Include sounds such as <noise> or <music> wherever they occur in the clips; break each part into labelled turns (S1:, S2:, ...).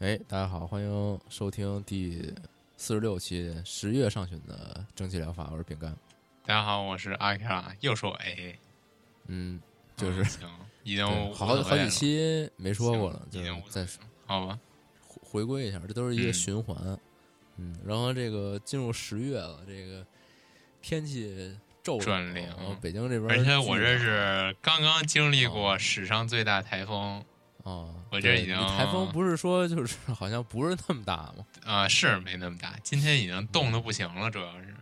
S1: 哎，大家好，欢迎收听第四十六期十月上旬的蒸汽疗法，我是饼干。
S2: 大家好，我是阿卡，又是我 A，
S1: 嗯，就
S2: 嗯
S1: 是
S2: 行，已经
S1: 对
S2: 无
S1: 好
S2: 所谓
S1: 好几
S2: 了
S1: 期没说过了，就
S2: 行
S1: 是
S2: 已经无所
S1: 再
S2: 谓
S1: 说
S2: 好吧？
S1: 回回归一下，这都是一个
S2: 嗯
S1: 循环。嗯，然后这个进入十月了，这个天气骤
S2: 转
S1: 冷
S2: 凉
S1: 然后北京这边
S2: 而
S1: 巨
S2: 且
S1: 冷，
S2: 我这是刚刚经历过
S1: 哦
S2: 史上最大台风
S1: 啊，
S2: 我这
S1: 对
S2: 已经
S1: 你台风不是说就是 <laughs> 好像不是那么大吗？
S2: 啊、是没那么大，今天已经冻得不行了，主要是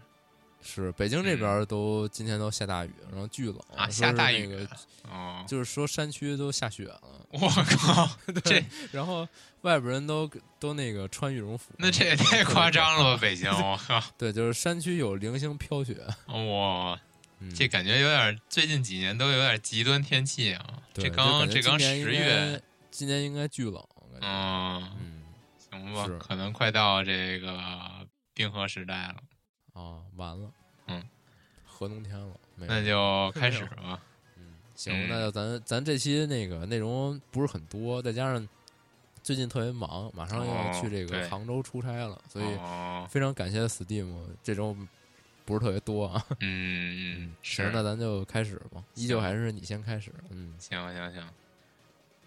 S1: 是北京这边都今天都下大雨，然后巨冷
S2: 嗯啊，
S1: 说
S2: 下
S1: 是
S2: 大
S1: 那
S2: 雨
S1: 个，
S2: 哦，
S1: 就是说山区都下雪了，
S2: 我靠，
S1: <laughs>
S2: 这
S1: 然后外边人都都那个穿羽绒服，
S2: 那这也
S1: 然后
S2: 太
S1: 特别
S2: 夸张
S1: 冷 <laughs>
S2: 了吧，北京，我靠，
S1: 对，就是山区有零星飘雪，
S2: 我
S1: 嗯、
S2: 这感觉有点，最近几年都有点极端天气啊，
S1: 对
S2: 这
S1: 就
S2: 刚
S1: 感觉
S2: 这刚
S1: 今年
S2: 十
S1: 应
S2: 月
S1: 该，，今年应该巨冷，感觉
S2: 嗯，
S1: 嗯
S2: 行吧
S1: 是，
S2: 可能快到这个冰河时代了。
S1: 啊，完了，
S2: 嗯，
S1: 合冬天了，没有
S2: 那就开始吧。
S1: 嗯，行，
S2: 嗯
S1: 那就咱咱这期那个内容不是很多，再加上最近特别忙，马上要
S2: 哦
S1: 去这个
S2: 对
S1: 杭州出差了，所以
S2: 哦，
S1: 非常感谢 Steam 这周不是特别多啊。
S2: 嗯，嗯
S1: <laughs> 行
S2: 是，，
S1: 那咱就开始吧，依旧
S2: 行
S1: 还是你先开始。嗯
S2: 行行行，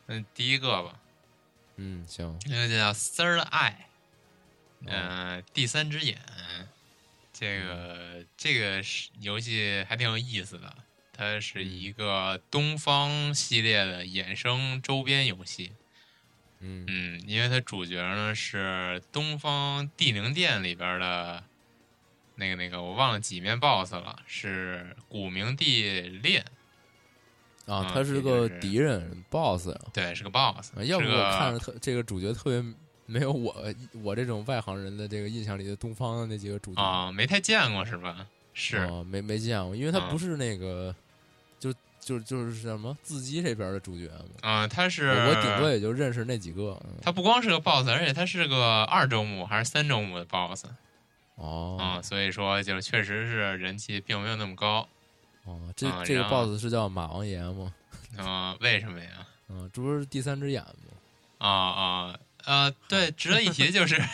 S2: 嗯，第一个吧，
S1: 嗯，行，
S2: 那个叫 Third Eye，
S1: 哦
S2: 呃，第三只眼，这个
S1: 嗯
S2: 这个是游戏还挺有意思的，它
S1: 嗯
S2: 是一个东方系列的衍生周边游戏。
S1: 嗯
S2: 嗯，因为它主角呢是东方地灵殿里边的那个那个，我忘了几面 BOSS 了，是古明帝炼，
S1: 啊，
S2: 啊
S1: 他是
S2: 这
S1: 个
S2: 就是
S1: 敌人 BOSS 呀，
S2: 对，是个 BOSS，
S1: 啊要不
S2: 是
S1: 我看着
S2: 个
S1: 特这个主角特别没有我我这种外行人的这个印象里的东方的那几个主角
S2: 啊、没太见过是吧？是，
S1: 啊没没见过，因为他
S2: 啊
S1: 不是那个就就就是什么自己这边的主角嘛，
S2: 嗯、他是
S1: 我我顶多也就认识那几个。嗯
S2: 他不光是个 BOSS，而且他是个二周目还是三周目的 BOSS 啊、
S1: 哦
S2: 所以说就确实是人气并没有那么高
S1: 哦，这
S2: 啊
S1: 这个
S2: 然后
S1: BOSS 是叫马王爷吗？
S2: 啊、为什么呀？
S1: 嗯，这不是第三只眼吗？
S2: 啊啊呃，
S1: <laughs>
S2: 对，值得一提就是 <laughs>
S1: 啊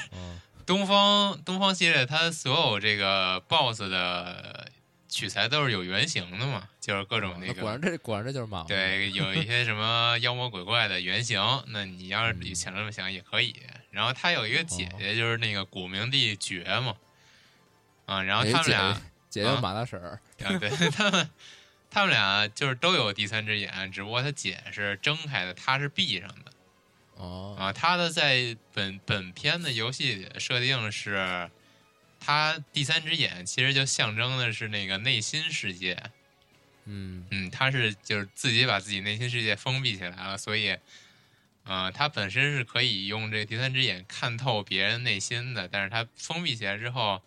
S2: 东方东方系列，它所有这个 BOSS 的取材都是有原型的嘛，就是各种
S1: 啊
S2: 那
S1: 果
S2: 个
S1: 然这果然这就是马王爷。
S2: 对，有一些什么妖魔鬼怪的原型，那你要是想这么想也可以。然后他有一个姐
S1: 哦
S2: 姐，就是那个古明帝爵嘛，啊，然后
S1: 哎
S2: 他们俩，
S1: 姐姐叫
S2: 啊
S1: 马大婶儿，
S2: 啊，对 <laughs> 他们，他们俩就是都有第三只眼，只不过他姐是睁开的，他是闭上的。
S1: 哦，
S2: 啊，它的在本本片的游戏设定是，它第三只眼其实就象征的是那个内心世界。
S1: 嗯，
S2: 嗯，它是就是自己把自己内心世界封闭起来了，所以，呃，它本身是可以用这个第三只眼看透别人内心的，但是它封闭起来之后，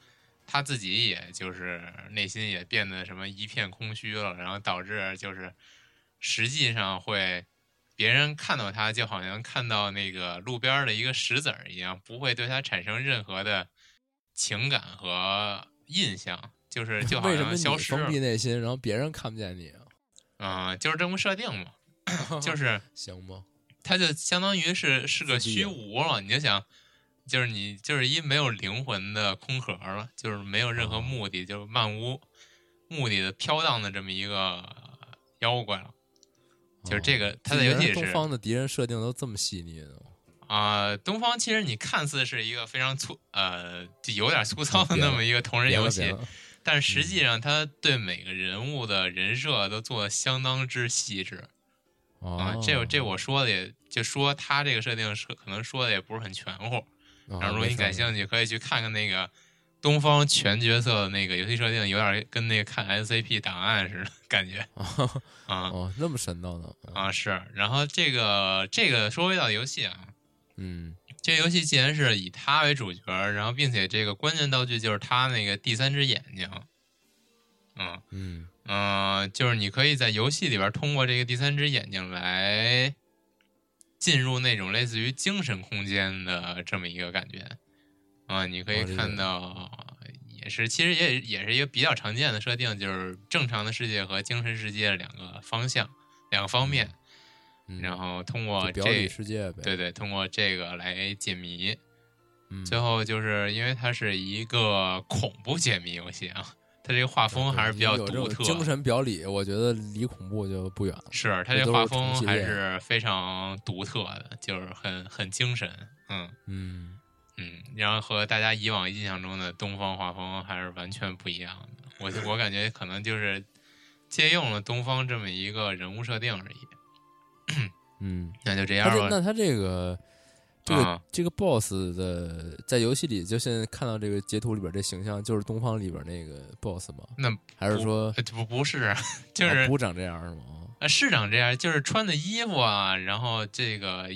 S2: 他自己也就是内心也变得什么一片空虚了，然后导致就是实际上会别人看到他就好像看到那个路边儿的一个石子儿一样，不会对他产生任何的情感和印象，就是就好
S1: 为什么
S2: 像消
S1: 你
S2: 失
S1: 封
S2: 了
S1: 闭。内心，然后别人看不见你？啊
S2: 嗯、就是这么设定
S1: <laughs>
S2: 嘛，就是
S1: 行吧，
S2: 它就相当于是是个
S1: 自闭
S2: 虚
S1: 了
S2: 无了，你就想，就是你就是一没有灵魂的空壳儿了，就是没有任
S1: 哦
S2: 何目的，就是漫无目的的飘荡的这么一个妖怪了。就是这个，它
S1: 的
S2: 在游戏里
S1: 哦东
S2: 是
S1: 方的敌人设定都这么细腻的吗，
S2: 啊、东方其实你看似是一个非常粗呃，就有点粗糙的
S1: 别了
S2: 那么一个同人
S1: 别了别嗯
S2: 游戏，
S1: 了
S2: 但实际上它对每个人物的人设都做的相当之细致。啊
S1: 哦，，
S2: 这这我说的也就说他这个设定是可能说的也不是很全乎，
S1: 哦，
S2: 然后如果你感兴趣，可以去看看那个东方全角色的那个游戏设定，有点跟那个看 SCP 档案似的感觉
S1: 趣，
S2: 啊
S1: 哦，那么神道呢？
S2: 啊是。然后这个这个说回到游戏啊，
S1: 嗯，
S2: 这个游戏既然是以他为主角，然后并且这个关键道具就是他那个第三只眼睛，嗯，
S1: 嗯
S2: 嗯，就是你可以在游戏里边通过这个第三只眼睛来进入那种类似于精神空间的这么一个感觉。啊、你可以
S1: 哦这个
S2: 看到，也是其实也也是一个比较常见的设定，就是正常的世界和精神世界两个方向、两个方面。
S1: 嗯
S2: 然后通过
S1: 就表里
S2: 哦这，
S1: 世界呗，
S2: 对对，通过这个来解谜。
S1: 嗯，
S2: 最后就是因为它是一个恐怖解谜游戏啊，它这个画风还是比较
S1: 有这种
S2: 独特，
S1: 精神表里，我觉得离恐怖就不远了。
S2: 是它
S1: 这
S2: 这
S1: 都是
S2: 画
S1: 重
S2: 风
S1: 系
S2: 还
S1: 列
S2: 是非常独特的，就是很很精神，嗯
S1: 嗯，
S2: 嗯，然后和大家以往印象中的东方画风还是完全不一样的。我就我感觉可能就是借用了东方这么一个人物设定而已。
S1: 嗯，
S2: 那就这
S1: 他
S2: 样
S1: 这
S2: 吧，
S1: 那他这个这个、
S2: 啊
S1: 这个 boss 的在游戏里，就现在看到这个截图里边这形象，就是东方里边那个 boss 吗？
S2: 那
S1: 还是说
S2: 呃不不是， <laughs> 就
S1: 啊
S2: 是
S1: 不长这样是吗？
S2: 啊，市长这样，就是穿的衣服啊，然后这个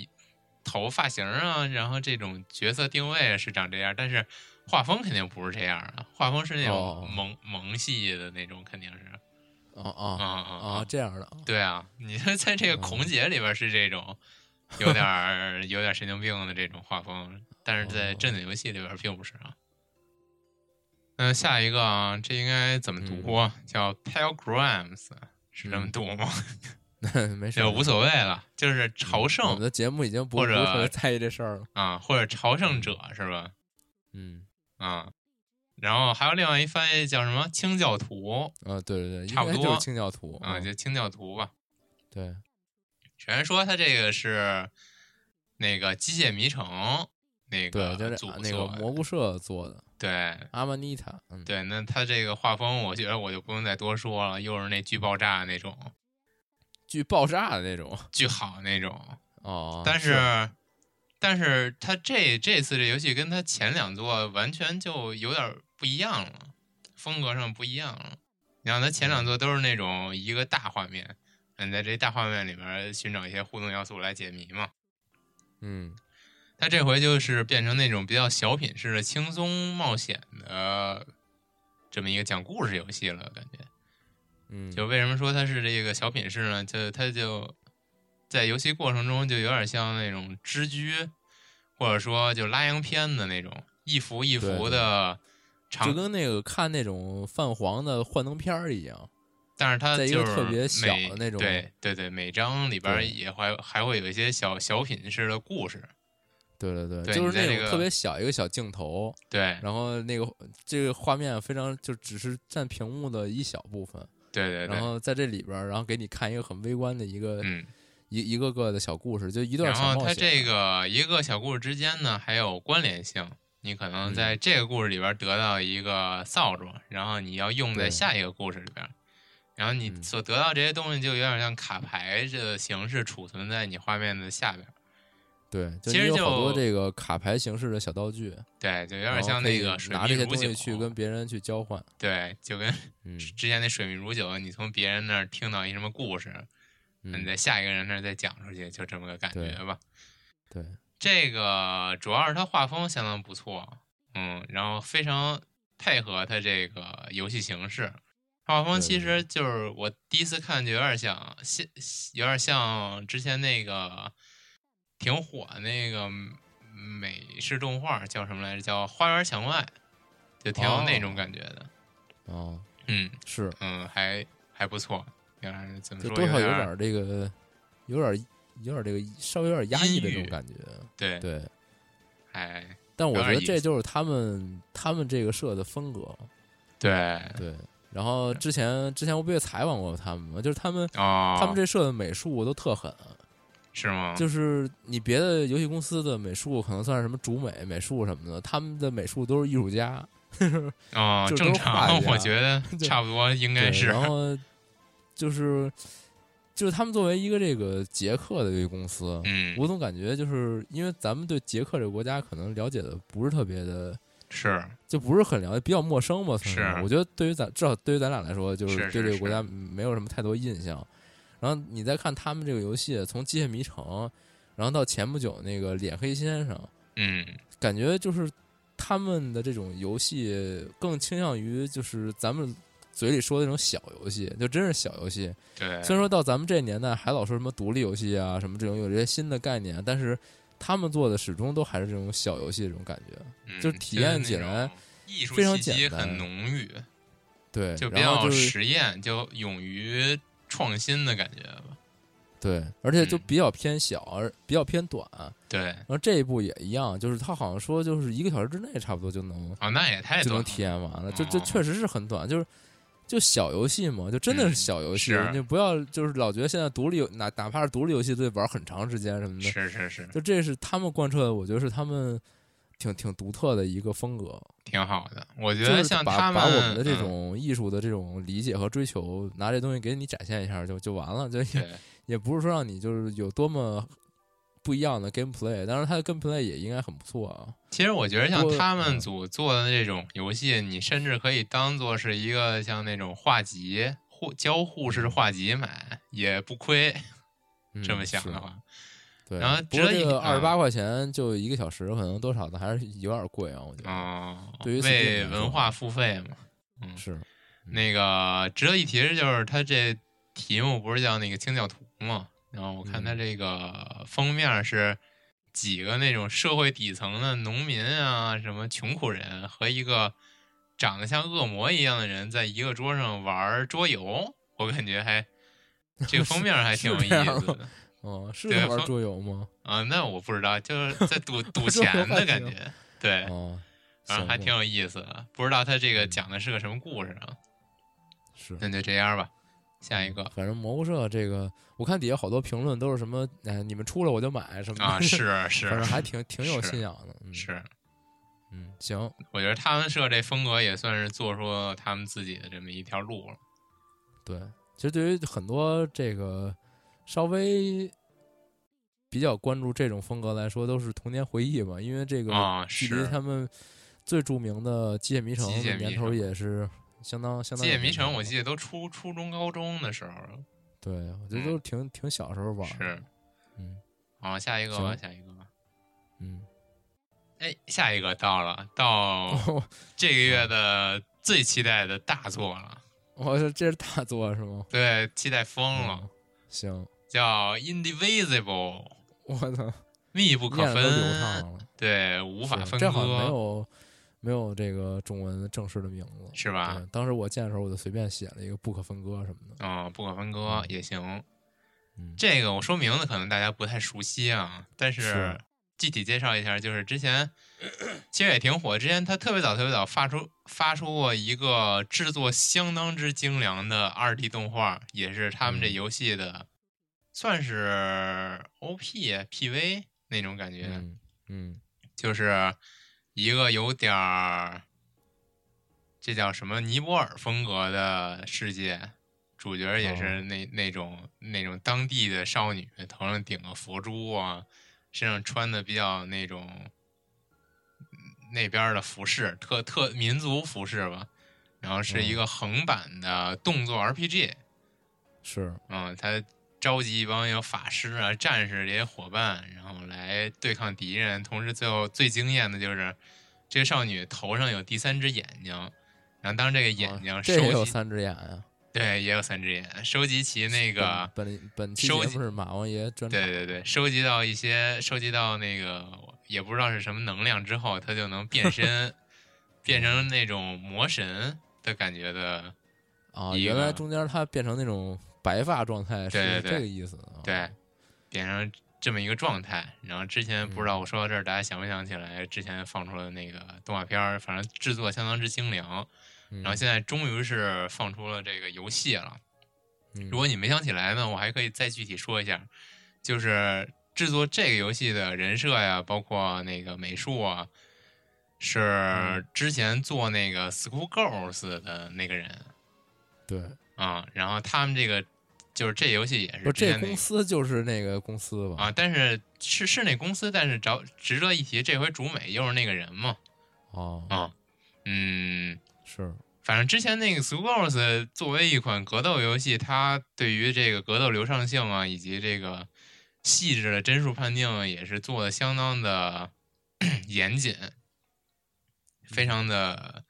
S2: 头发型啊，然后这种角色定位是长这样，但是画风肯定不是这样啊，画风是那
S1: 哦
S2: 种萌、萌系的那种，肯定是
S1: 啊啊
S2: 啊啊
S1: 啊，！这样的 <laughs> 啊
S2: 对啊，你说在
S1: 哦
S2: 这个孔姐里边是这种有点儿有点神经病的这种画风，但是在
S1: 哦
S2: 正经游戏里边并不是啊。那下一个啊，这应该怎么读啊？叫 Pilgrims，是这么
S1: 嗯
S2: 读吗？
S1: 没事
S2: 这
S1: 儿，
S2: 无所谓了，就是朝
S1: 我们
S2: 圣
S1: 嗯的节目已经不
S2: 或
S1: 不是
S2: 者
S1: 特别在意这事儿了。
S2: 啊，或者朝圣者是吧？
S1: 嗯
S2: 啊，然后还有另外一翻译叫什么清教徒
S1: 啊，对对对，
S2: 差不
S1: 应该就
S2: 多
S1: 是清教徒嗯
S2: 啊，就清教徒吧。
S1: 对，
S2: 全说他这个是那个机械迷城那
S1: 对，
S2: 个
S1: 就是
S2: 组
S1: 啊
S2: 做
S1: 那个蘑
S2: 的，
S1: 菇社做的
S2: 对
S1: 阿曼尼塔，嗯，
S2: 对，那他这个画风，我觉得我就不用再多说了，又是那巨爆炸那种，
S1: 巨爆炸的那种
S2: 巨好那种，
S1: 哦。
S2: 但是，但是他这这次这游戏跟他前两座完全就有点不一样了，风格上不一样了。你看他前两座都是那种一个大画面，嗯，在这大画面里面寻找一些互动要素来解谜嘛。
S1: 嗯，
S2: 他这回就是变成那种比较小品式的轻松冒险的这么一个讲故事游戏了，感觉。
S1: 嗯，
S2: 就为什么说它是这个小品式呢？就它就在游戏过程中就有点像那种织居，或者说就拉洋片的那种一幅一
S1: 对
S2: 幅
S1: 对
S2: 的
S1: 就
S2: 长，
S1: 跟那个看那种泛黄的幻灯片儿一样。
S2: 但是它
S1: 在一
S2: 就
S1: 个
S2: 是
S1: 特别小
S2: 每
S1: 的那种
S2: 对对对，每章里边儿
S1: 对
S2: 也还还会有一些小小品式的故事，
S1: 对对对，
S2: 对
S1: 就
S2: 你
S1: 是
S2: 在
S1: 那
S2: 这
S1: 种
S2: 个
S1: 特别小一个小镜头，
S2: 对
S1: 然后那个这个画面非常就只是占屏幕的一小部分，
S2: 对对
S1: 然
S2: 对，
S1: 后在这里边儿，然后给你看一个很微观的一个、
S2: 嗯。
S1: 一一个个的小故事，就一段
S2: 然
S1: 小冒
S2: 后
S1: 险。
S2: 它这个一个小故事之间呢，还有关联性。你可能
S1: 嗯
S2: 在这个故事里边得到一个扫帚，然后你要用在
S1: 对
S2: 下一个故事里边，然后你
S1: 嗯
S2: 所得到这些东西就有点像卡牌的形式储存在你画面的下边，
S1: 对，就
S2: 其
S1: 你
S2: 实
S1: 有好多
S2: 就
S1: 这个卡牌形式的小道具，
S2: 对，就有
S1: 然
S2: 点
S1: 后
S2: 像
S1: 可
S2: 那
S1: 以
S2: 个水
S1: 拿
S2: 蜜
S1: 这些
S2: 如
S1: 东西去
S2: 酒，
S1: 跟别人去交换。
S2: 对，就跟
S1: 嗯
S2: <laughs> 之前那水蜜如酒，你从别人那儿听到一什么故事，你
S1: 嗯，
S2: 在下一个人那儿再讲出去，就这么个感
S1: 对
S2: 觉吧。
S1: 对，
S2: 这个主要是它画风相当不错，嗯，然后非常配合它这个游戏形式。画风
S1: 对
S2: 其
S1: 对
S2: 实就是我第一次看就有点像，像有点像之前那个挺火的那个美式动画叫什么来着？叫《花园墙外》，就挺有那种
S1: 哦
S2: 感觉的。
S1: 哦，
S2: 嗯
S1: 是，
S2: 嗯，还还不错。有点儿怎么
S1: 就
S2: 说？
S1: 多少有
S2: 点
S1: 点
S2: 儿
S1: 儿这个，有点儿有点儿这个稍微有点儿压抑的这
S2: 阴
S1: 种
S2: 郁
S1: 感觉。
S2: 对，
S1: 对，
S2: 哎
S1: 但我
S2: 有
S1: 觉
S2: 点
S1: 得
S2: 意
S1: 这
S2: 思
S1: 就是他们他们这个社的风格。
S2: 对
S1: 对，然后之前之前我不也采访过他们吗？就是他们、
S2: 哦，
S1: 他们这社的美术都特狠，啊
S2: 是吗？
S1: 就是你别的游戏公司的美术可能算是什么主美美术什么的，他们的美术都是艺术家。
S2: 哦，
S1: 就
S2: 正
S1: 都是画
S2: 常，
S1: 一
S2: <laughs>
S1: 下
S2: 我觉得
S1: 对
S2: 差不多应
S1: 对
S2: 该，是
S1: 然后就是就是他们作为一个这个捷克的游戏公司，
S2: 嗯，
S1: 我总感觉就是因为咱们对捷克这个国家可能了解的不是特别的，
S2: 是
S1: 就不是很了解，比较陌生吧。算
S2: 是
S1: 我觉得对于咱至少对于咱俩来说，就是对
S2: 是
S1: 这个
S2: 是
S1: 国家没有什么太多印象。然后你再看他们这个游戏，从《机械迷城》，然后到前不久那个《脸黑先生》，
S2: 嗯，
S1: 感觉就是他们的这种游戏更倾向于就是咱们嘴里说的那种小游戏，就真是小游戏。
S2: 对，
S1: 虽然说到咱们这年代还老说什么独立游戏啊，什么这种有这些新的概念，但是他们做的始终都还是这种小游戏这种感觉。
S2: 嗯
S1: 就是体验
S2: 那
S1: 起
S2: 种
S1: 来
S2: 艺术
S1: 非常
S2: 气息
S1: 简
S2: 很
S1: 单
S2: 浓郁，
S1: 对，
S2: 就比
S1: 然后
S2: 较
S1: 就是
S2: 实验，就勇于创新的感觉吧。
S1: 对，而且就
S2: 嗯
S1: 比较偏小，而比较偏短。
S2: 对，
S1: 然后这一部也一样，就是它好像说就是一个小时之内差不多就能
S2: 哦，那也太
S1: 就能
S2: 多了，
S1: 体验完了，就就
S2: 哦
S1: 确实是很短，就是就小游戏嘛，就真的是
S2: 嗯
S1: 小游戏，
S2: 是
S1: 你就不要就是老觉得现在独立游哪哪怕是独立游戏都得玩很长时间什么的，
S2: 是是是，
S1: 就这是他们贯彻的，我觉得是他们挺挺独特的一个风格，
S2: 挺好的。我觉
S1: 就
S2: 得
S1: 是
S2: 像
S1: 把
S2: 他
S1: 把我们的这
S2: 嗯
S1: 种 <laughs> 艺术的这种理解和追求，拿这东西给你展现一下就就完了，就也
S2: 对
S1: 也不是说让你就是有多么。不一样的 gameplay，当然它的 gameplay 也应该很不错啊。
S2: 其实我觉得像
S1: 多
S2: 他们
S1: 嗯
S2: 组做的那种游戏，你甚至可以当做是一个像那种画集互交互式画集买，也不亏。
S1: 嗯
S2: 这么想啊
S1: 是
S2: 的话，
S1: 对，
S2: 然后
S1: 不过
S2: 只
S1: 这
S2: 有一
S1: 个二十八
S2: 啊
S1: 块钱就一个小时，可能多少的还是有点贵啊，我觉得、
S2: 哦，
S1: 对于 Steam
S2: 为
S1: 来说
S2: 文化付费嘛。嗯
S1: 是
S2: 那个值得一提的就是它这题目不是叫那个清教徒嘛？然后我看它
S1: 嗯
S2: 这个封面是几个那种社会底层的农民啊，什么穷苦人和一个长得像恶魔一样的人在一个桌上玩桌游，我感觉
S1: <laughs>
S2: 还这个封面还挺有
S1: 是
S2: 意
S1: 这样
S2: 思
S1: 吗
S2: 的
S1: 哦，是
S2: 对
S1: 在玩
S2: 风
S1: 桌游吗？
S2: 啊。那我不知道，就是在
S1: <laughs>
S2: 赌赌
S1: 桌游
S2: 钱
S1: 还
S2: 的感
S1: 行
S2: 觉，对，
S1: 哦，
S2: 反
S1: 行
S2: 啊正还
S1: 吧
S2: 挺有意思的。不知道它这个
S1: 嗯
S2: 讲的是个什么故事啊？
S1: 是。
S2: 那就这样吧，下一个。
S1: 反正蘑菇社这个，我看底下好多评论都是什么，哎，你们出了我就买什么的 <laughs>
S2: 啊，，是
S1: 反正
S2: 是
S1: 还挺挺有
S2: 是
S1: 信仰的，嗯，
S2: 是，
S1: 嗯，行，
S2: 我觉得他们社这风格也算是做出了他们自己的这么一条路了。
S1: 对，其实对于很多这个稍微比较关注这种风格来说，都是童年回忆吧，因为这个
S2: 啊
S1: 距
S2: 是
S1: 离他们最著名的《机械迷城
S2: 机》
S1: 的
S2: 械迷
S1: 年头也是相当相
S2: 《
S1: 当
S2: 机
S1: 有
S2: 械迷
S1: 年头
S2: 城
S1: 了。》
S2: 我记得都初初中、高中的时候了
S1: 对，我觉得都挺挺小时候玩的。
S2: 嗯是。
S1: 嗯
S2: 好，下一个吧，
S1: 行
S2: 下一个吧。
S1: 嗯，
S2: 哎，下一个到了，到
S1: 哦
S2: 这个月的最期待的大作了，
S1: <laughs> 我说这是大作是吗？
S2: 对，期待疯了，
S1: 嗯，行，
S2: 叫《Indivisible》，
S1: 我操，
S2: 密不可
S1: 念的都流
S2: 分，
S1: 畅了，
S2: 对，无法
S1: 是
S2: 分
S1: 这好像没
S2: 割，
S1: 有没有这个中文正式的名字。
S2: 是吧
S1: 对？，当时我见的时候，我就随便写了一个不可分割什么的。
S2: 嗯，不可分割
S1: 嗯
S2: 也行。
S1: 嗯，
S2: 这个我说名字可能大家不太熟悉啊，但是
S1: 是
S2: 具体介绍一下，就是之前 <clears throat> 其实也挺火，之前他特别早特别早发出发出过一个制作相当之精良的二 D 动画，也是他们这
S1: 嗯
S2: 游戏的、算是 OP PV 那种感觉，
S1: 嗯嗯
S2: 就是一个有点儿这叫什么尼泊尔风格的世界，主角也是
S1: 哦
S2: 那、那种那种当地的少女，头上顶个佛珠啊，身上穿的比较那种嗯那边儿的服饰，特特民族服饰吧。然后是一
S1: 嗯
S2: 个横版的动作 RPG，
S1: 是
S2: 嗯，他召集一帮有法师啊、战士这些伙伴，然后来对抗敌人。同时，最后最惊艳的就是这个少女头上有第三只眼睛，然后当这个眼睛
S1: 哦
S2: 收
S1: 这也有
S2: 集，
S1: 三只眼呀。
S2: 对，也有三只眼，收集齐那个，
S1: 本本本期节
S2: 收
S1: 目
S2: 集
S1: 是马王爷专
S2: 对
S1: 场，
S2: 对对，收集到一些，收集到那个也不知道是什么能量之后，她就能变身， <laughs> 变成那种魔神的感觉的。
S1: 啊，
S2: 一
S1: 原
S2: 个
S1: 来中间他变成那种白发状态
S2: 对
S1: 是
S2: 对
S1: 这个意思啊。
S2: 对，变成这么一个状态。然后之前不知道
S1: 嗯
S2: 我说到这儿，大家想没想起来之前放出的那个动画片儿，反正制作相当之精良。
S1: 嗯，
S2: 然后现在终于是放出了这个游戏了。
S1: 嗯
S2: 如果你没想起来呢，我还可以再具体说一下，就是制作这个游戏的人设呀，包括那个美术啊，是
S1: 嗯
S2: 之前做那个 School Girls 的那个人
S1: 对，
S2: 啊、然后他们这个就是这游戏也
S1: 不
S2: 是
S1: 是
S2: 之
S1: 这
S2: 前那个
S1: 公司就是那个公司吧？
S2: 啊，但是是是那公司，但是着值得一提，这回主美又是那个人嘛
S1: 哦，
S2: 啊，嗯，
S1: 是
S2: 反正之前那个《s c r o l s 作为一款格斗游戏，它对于这个格斗流畅性啊，以及这个细致的帧数判定啊也是做的相当的 <clears throat> 严谨，非常的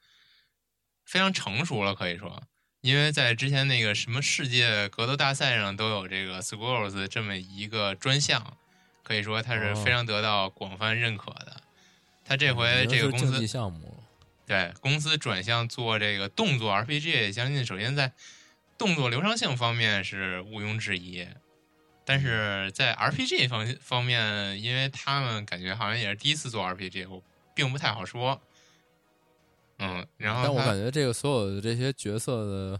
S2: 非常成熟了，可以说。因为在之前那个什么世界格斗大赛上都有这个 s c r o l s 这么一个专项，可以说它是非
S1: 哦
S2: 常得到广泛认可的。它这回
S1: 嗯
S2: 这个
S1: 是
S2: 公
S1: 竞
S2: 司
S1: 技项目了
S2: 对公司转向做这个动作 RPG，相信首先在动作流畅性方面是毋庸置疑。但是在 RPG 方方面，因为他们感觉好像也是第一次做 RPG，我并不太好说。嗯，然后
S1: 但我
S2: 它
S1: 感觉这个所有的这些角色的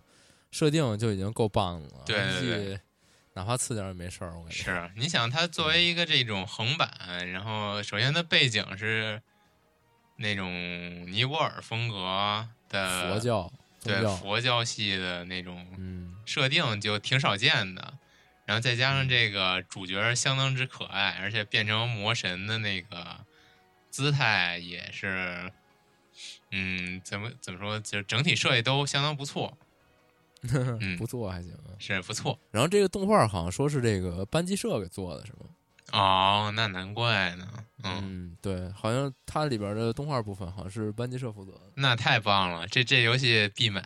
S1: 设定就已经够棒了，
S2: 对对对
S1: RPG 哪怕次点儿也没事儿，我感觉。
S2: 是，你想它作为一个这种横版，然后首先它背景是那种尼泊尔风格的
S1: 佛教宗
S2: 呃对
S1: 教，
S2: 佛教系的那种
S1: 嗯，
S2: 设定就挺少见的，然后再加上这个主角相当之可爱，而且变成魔神的那个姿态也是，嗯，怎么怎么说，就整体设计都相当
S1: <laughs>
S2: 不错，嗯
S1: 不错还行啊。
S2: 是不错
S1: 然后这个动画好像说是这个班级社给做的，是
S2: 嗯
S1: 吗？
S2: 哦，那难怪呢，嗯
S1: 嗯，对，好像它里边的动画部分好像是班级社负责的，
S2: 那太棒了，这这游戏必买。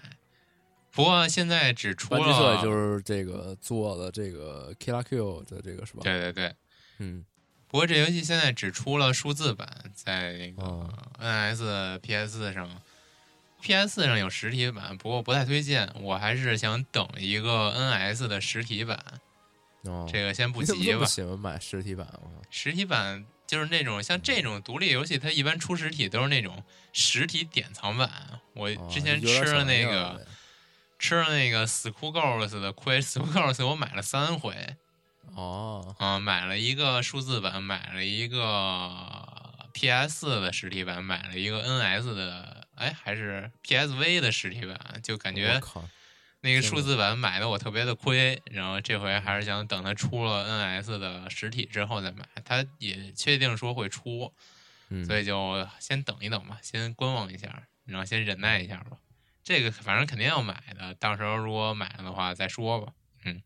S2: 不过现在只出
S1: 班级社
S2: 了，
S1: 就是这个做了这个 Kira Q 的这个是吧？，
S2: 对对对。
S1: 嗯，
S2: 不过这游戏现在只出了数字版，在那个
S1: 哦
S2: NS、PS 上，PS 上有实体版，不过不太推荐。我还是想等一个 NS 的实体版，
S1: 哦，
S2: 这个先不
S1: 你 <laughs> 怎么
S2: 急
S1: 这么
S2: 吧。
S1: 喜欢买实体版啊？
S2: 实体版就是那种像这种独立游戏，它一般出实体都是那种实体典藏版。我
S1: 哦
S2: 之前
S1: 有点
S2: 吃了
S1: 小玩
S2: 那
S1: 意儿
S2: 个。
S1: 呗
S2: 吃了那个 School Girls 的亏，School Girls 我买了三回，
S1: 哦，
S2: 嗯、买了一个数字版，买了一个 PS 的实体版，买了一个 NS 的，哎，还是 PSV 的实体版，就感
S1: 我
S2: 觉
S1: 靠，
S2: 那个
S1: 天
S2: 数
S1: 哪
S2: 字版买的我特别的亏，然后这回还是想等它出了 NS 的实体之后再买，它也确定说会出，
S1: 嗯，
S2: 所以就先等一等吧，先观望一下，然后先忍耐一下吧。这个反正肯定要买的，到时候如果买了的话再说吧。
S1: 嗯，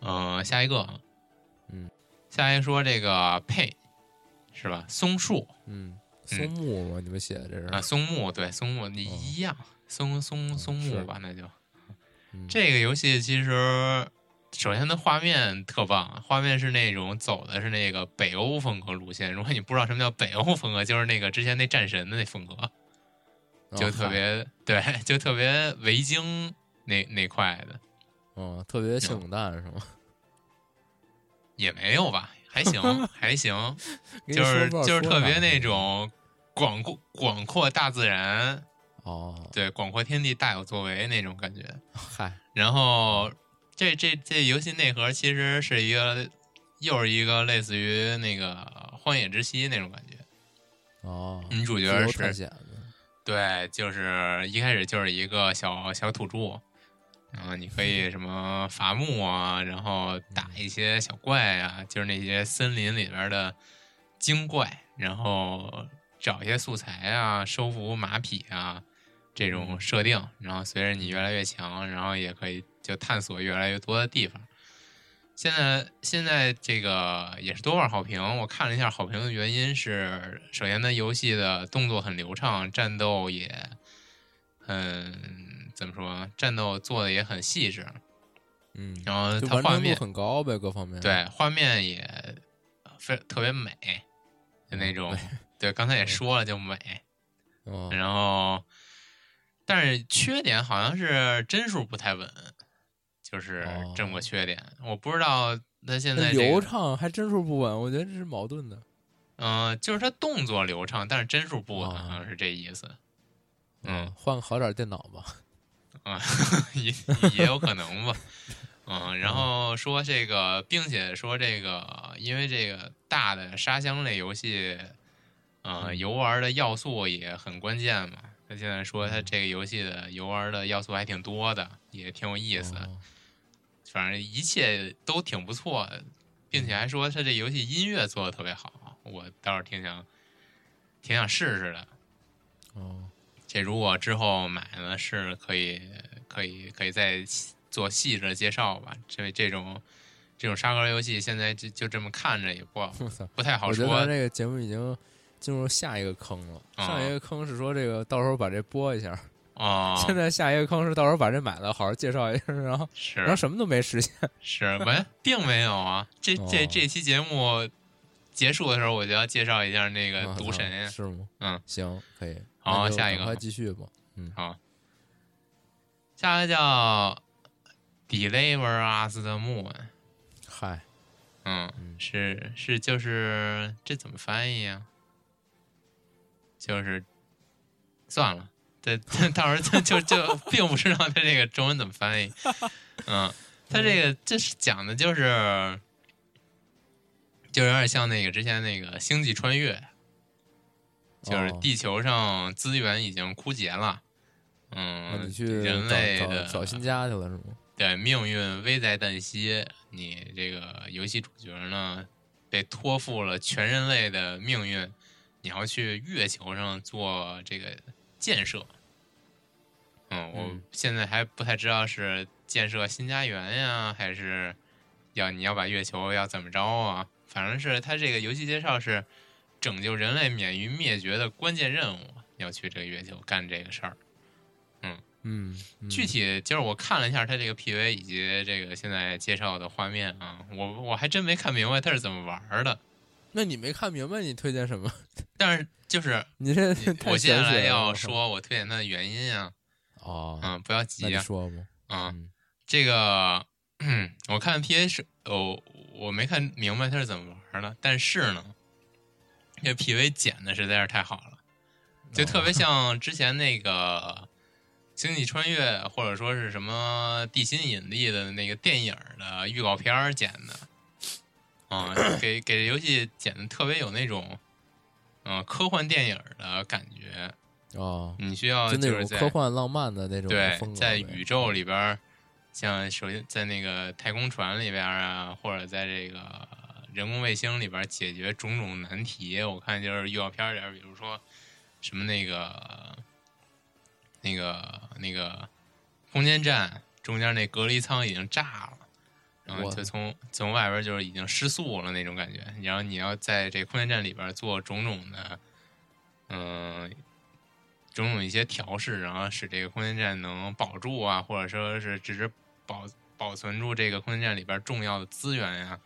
S2: 嗯、下一个，
S1: 嗯，
S2: 下一个说这个配是吧？松树
S1: 嗯，松木嘛，你们写的这是
S2: 啊，松木对松木你
S1: 哦
S2: 一样，松松松
S1: 是
S2: 木吧，那就
S1: 嗯
S2: 这个游戏其实首先它画面特棒，啊画面是那种走的是那个北欧风格路线。如果你不知道什么叫北欧风格，就是那个之前那战神的那风格。
S1: 哦
S2: 就特，别对，就特别维京那那块的
S1: 哦嗨嗯，特别性冷淡是吗？
S2: <laughs> 也没有吧，
S1: <laughs>
S2: 还行还行，
S1: 跟你
S2: 就
S1: 说
S2: 是
S1: 不知道
S2: 就是
S1: 说
S2: 特别
S1: 啥
S2: 那种广阔广阔大自然，
S1: 哦，
S2: 对广阔天地大有作为那种感觉。
S1: 嗨，
S2: 然后这这这游戏内核其实是一个又是一个类似于那个荒野之息那种感觉，
S1: 哦，
S2: 女主
S1: 自
S2: 角
S1: 由探
S2: 嗯是
S1: 险的，
S2: 对，就是一开始就是一个小小土著，然后你可以什么伐木啊，然后打一些小怪啊，就是那些森林里边的精怪，然后找一些素材啊，收服马匹啊这种设定，然后随着你越来越强，然后也可以就探索越来越多的地方。现在现在这个也是多半好评，我看了一下好评的原因是，首先它游戏的动作很流畅，战斗也，嗯，怎么说，战斗做的也很细致，
S1: 嗯，
S2: 然后
S1: 就
S2: 它
S1: 完
S2: 画
S1: 成度
S2: 面
S1: 很高呗，各方面，
S2: 对画面也非特别美，就那种，对，刚才也说了就美，
S1: 嗯哦，
S2: 然后，但是缺点好像是帧数不太稳，就是这么个缺点，我不知道。那现在、
S1: 哦那
S2: 这个、
S1: 流畅还帧数不稳，我觉得这是矛盾的。
S2: 嗯、就是它动作流畅，但是帧数不稳，
S1: 啊
S2: 好像是这意思。嗯，
S1: 哦换个好点儿电脑吧。
S2: 啊， <laughs> 也也有可能吧。嗯，然后说这个，并且说这个，因为这个大的沙箱类游戏，呃，
S1: 嗯
S2: 游玩的要素也很关键嘛。他现在说
S1: 嗯
S2: 他这个游戏的游玩的要素还挺多的，也挺有意思。
S1: 哦
S2: 反正一切都挺不错的，并
S1: 嗯
S2: 且还说他这游戏音乐做的特别好，我倒是挺想挺想试试的。
S1: 哦，
S2: 这如果之后买呢，是可以可以可以再细做细致的介绍吧。这这种这种沙盒游戏现在就就这么看着也不好
S1: 哦 <laughs> 我操！
S2: 不太好
S1: 我觉得咱
S2: 说。
S1: 这个节目已经进入下一个坑了。
S2: 啊
S1: 上一个坑是说这个到时候把这播一下，
S2: 哦，
S1: <laughs> 现在下一个坑是到时候把这买了好好介绍一下，然后然后
S2: 是
S1: 什么都没实现。
S2: 是，喂，并没有啊。这这
S1: 哦
S2: 这期节目结束的时候，我就要介绍一下那个
S1: 我操
S2: 毒神呀。
S1: 是吗？
S2: 嗯，
S1: 行，可以。
S2: 好
S1: 那就
S2: 下一个
S1: 赶快继续吧。
S2: 哦好，下一个叫《 Deliver Us the Moon，
S1: 嗨，
S2: 嗯，
S1: 嗯
S2: 是是就是这怎么翻译呀、就是算了，对， <laughs> 到时候就就就并不知道它这个中文怎么翻译。嗯，它这个这是讲的就是，就有点像那个之前那个《星际穿越》，就是
S1: 哦
S2: 地球上资源已经枯竭了。
S1: 那
S2: 嗯
S1: 你，去
S2: 人类
S1: 找
S2: 的
S1: 找找新家去了是吗？
S2: 对，命运危在旦夕，你这个游戏主角呢，被托付了全人类的命运，你要去月球上做这个建设。嗯，我
S1: 嗯
S2: 现在还不太知道是建设新家园呀，还是要你要把月球要怎么着啊？反正是他这个游戏介绍是拯救人类免于灭绝的关键任务，要去这个月球干这个事儿。
S1: 嗯，嗯
S2: 具体就是我看了一下它这个 PV 以及这个现在介绍的画面啊，我我还真没看明白它是怎么玩儿的。
S1: 那你没看明白，你推荐什么？ <laughs>
S2: 但是就是
S1: 你这 <laughs>
S2: 你
S1: 太
S2: 我接下
S1: 玄学
S2: 来
S1: 了
S2: 要
S1: 我靠
S2: 说我推荐它的原因啊，
S1: 哦，
S2: 嗯，不要
S1: 那
S2: 急
S1: 你
S2: 啊，
S1: 说吧，
S2: 嗯，
S1: 嗯
S2: 这个嗯我看 PV 是哦，我没看明白它是怎么玩儿的，但是呢，这 PV 剪的实在是太好了，就特别
S1: 哦
S2: 像之前那个。星际穿越，或者说是什么地心引力的那个电影的预告片儿剪的，啊、给给这游戏剪的特别有那种，嗯、科幻电影的感觉。
S1: 哦，
S2: 你需要
S1: 就那
S2: 嗯是
S1: 种
S2: 在
S1: 科幻浪漫的那种
S2: 对
S1: 风，格
S2: 在
S1: 呗嗯
S2: 宇宙里边儿，像首先在那个太空船里边儿啊，或者在这个人工卫星里边儿解决种种难题。我看就是预告片儿里边儿，比如说什么那个那个那个空间站中间那隔离舱已经炸了。然后
S1: 我
S2: 就从从外边儿就是已经失速了那种感觉，然后你要在这空间站里边儿做种种的，嗯、种种一些调试，然后使这个空间站能保住啊，或者说是只是保保存住这个空间站里边重要的资源呀、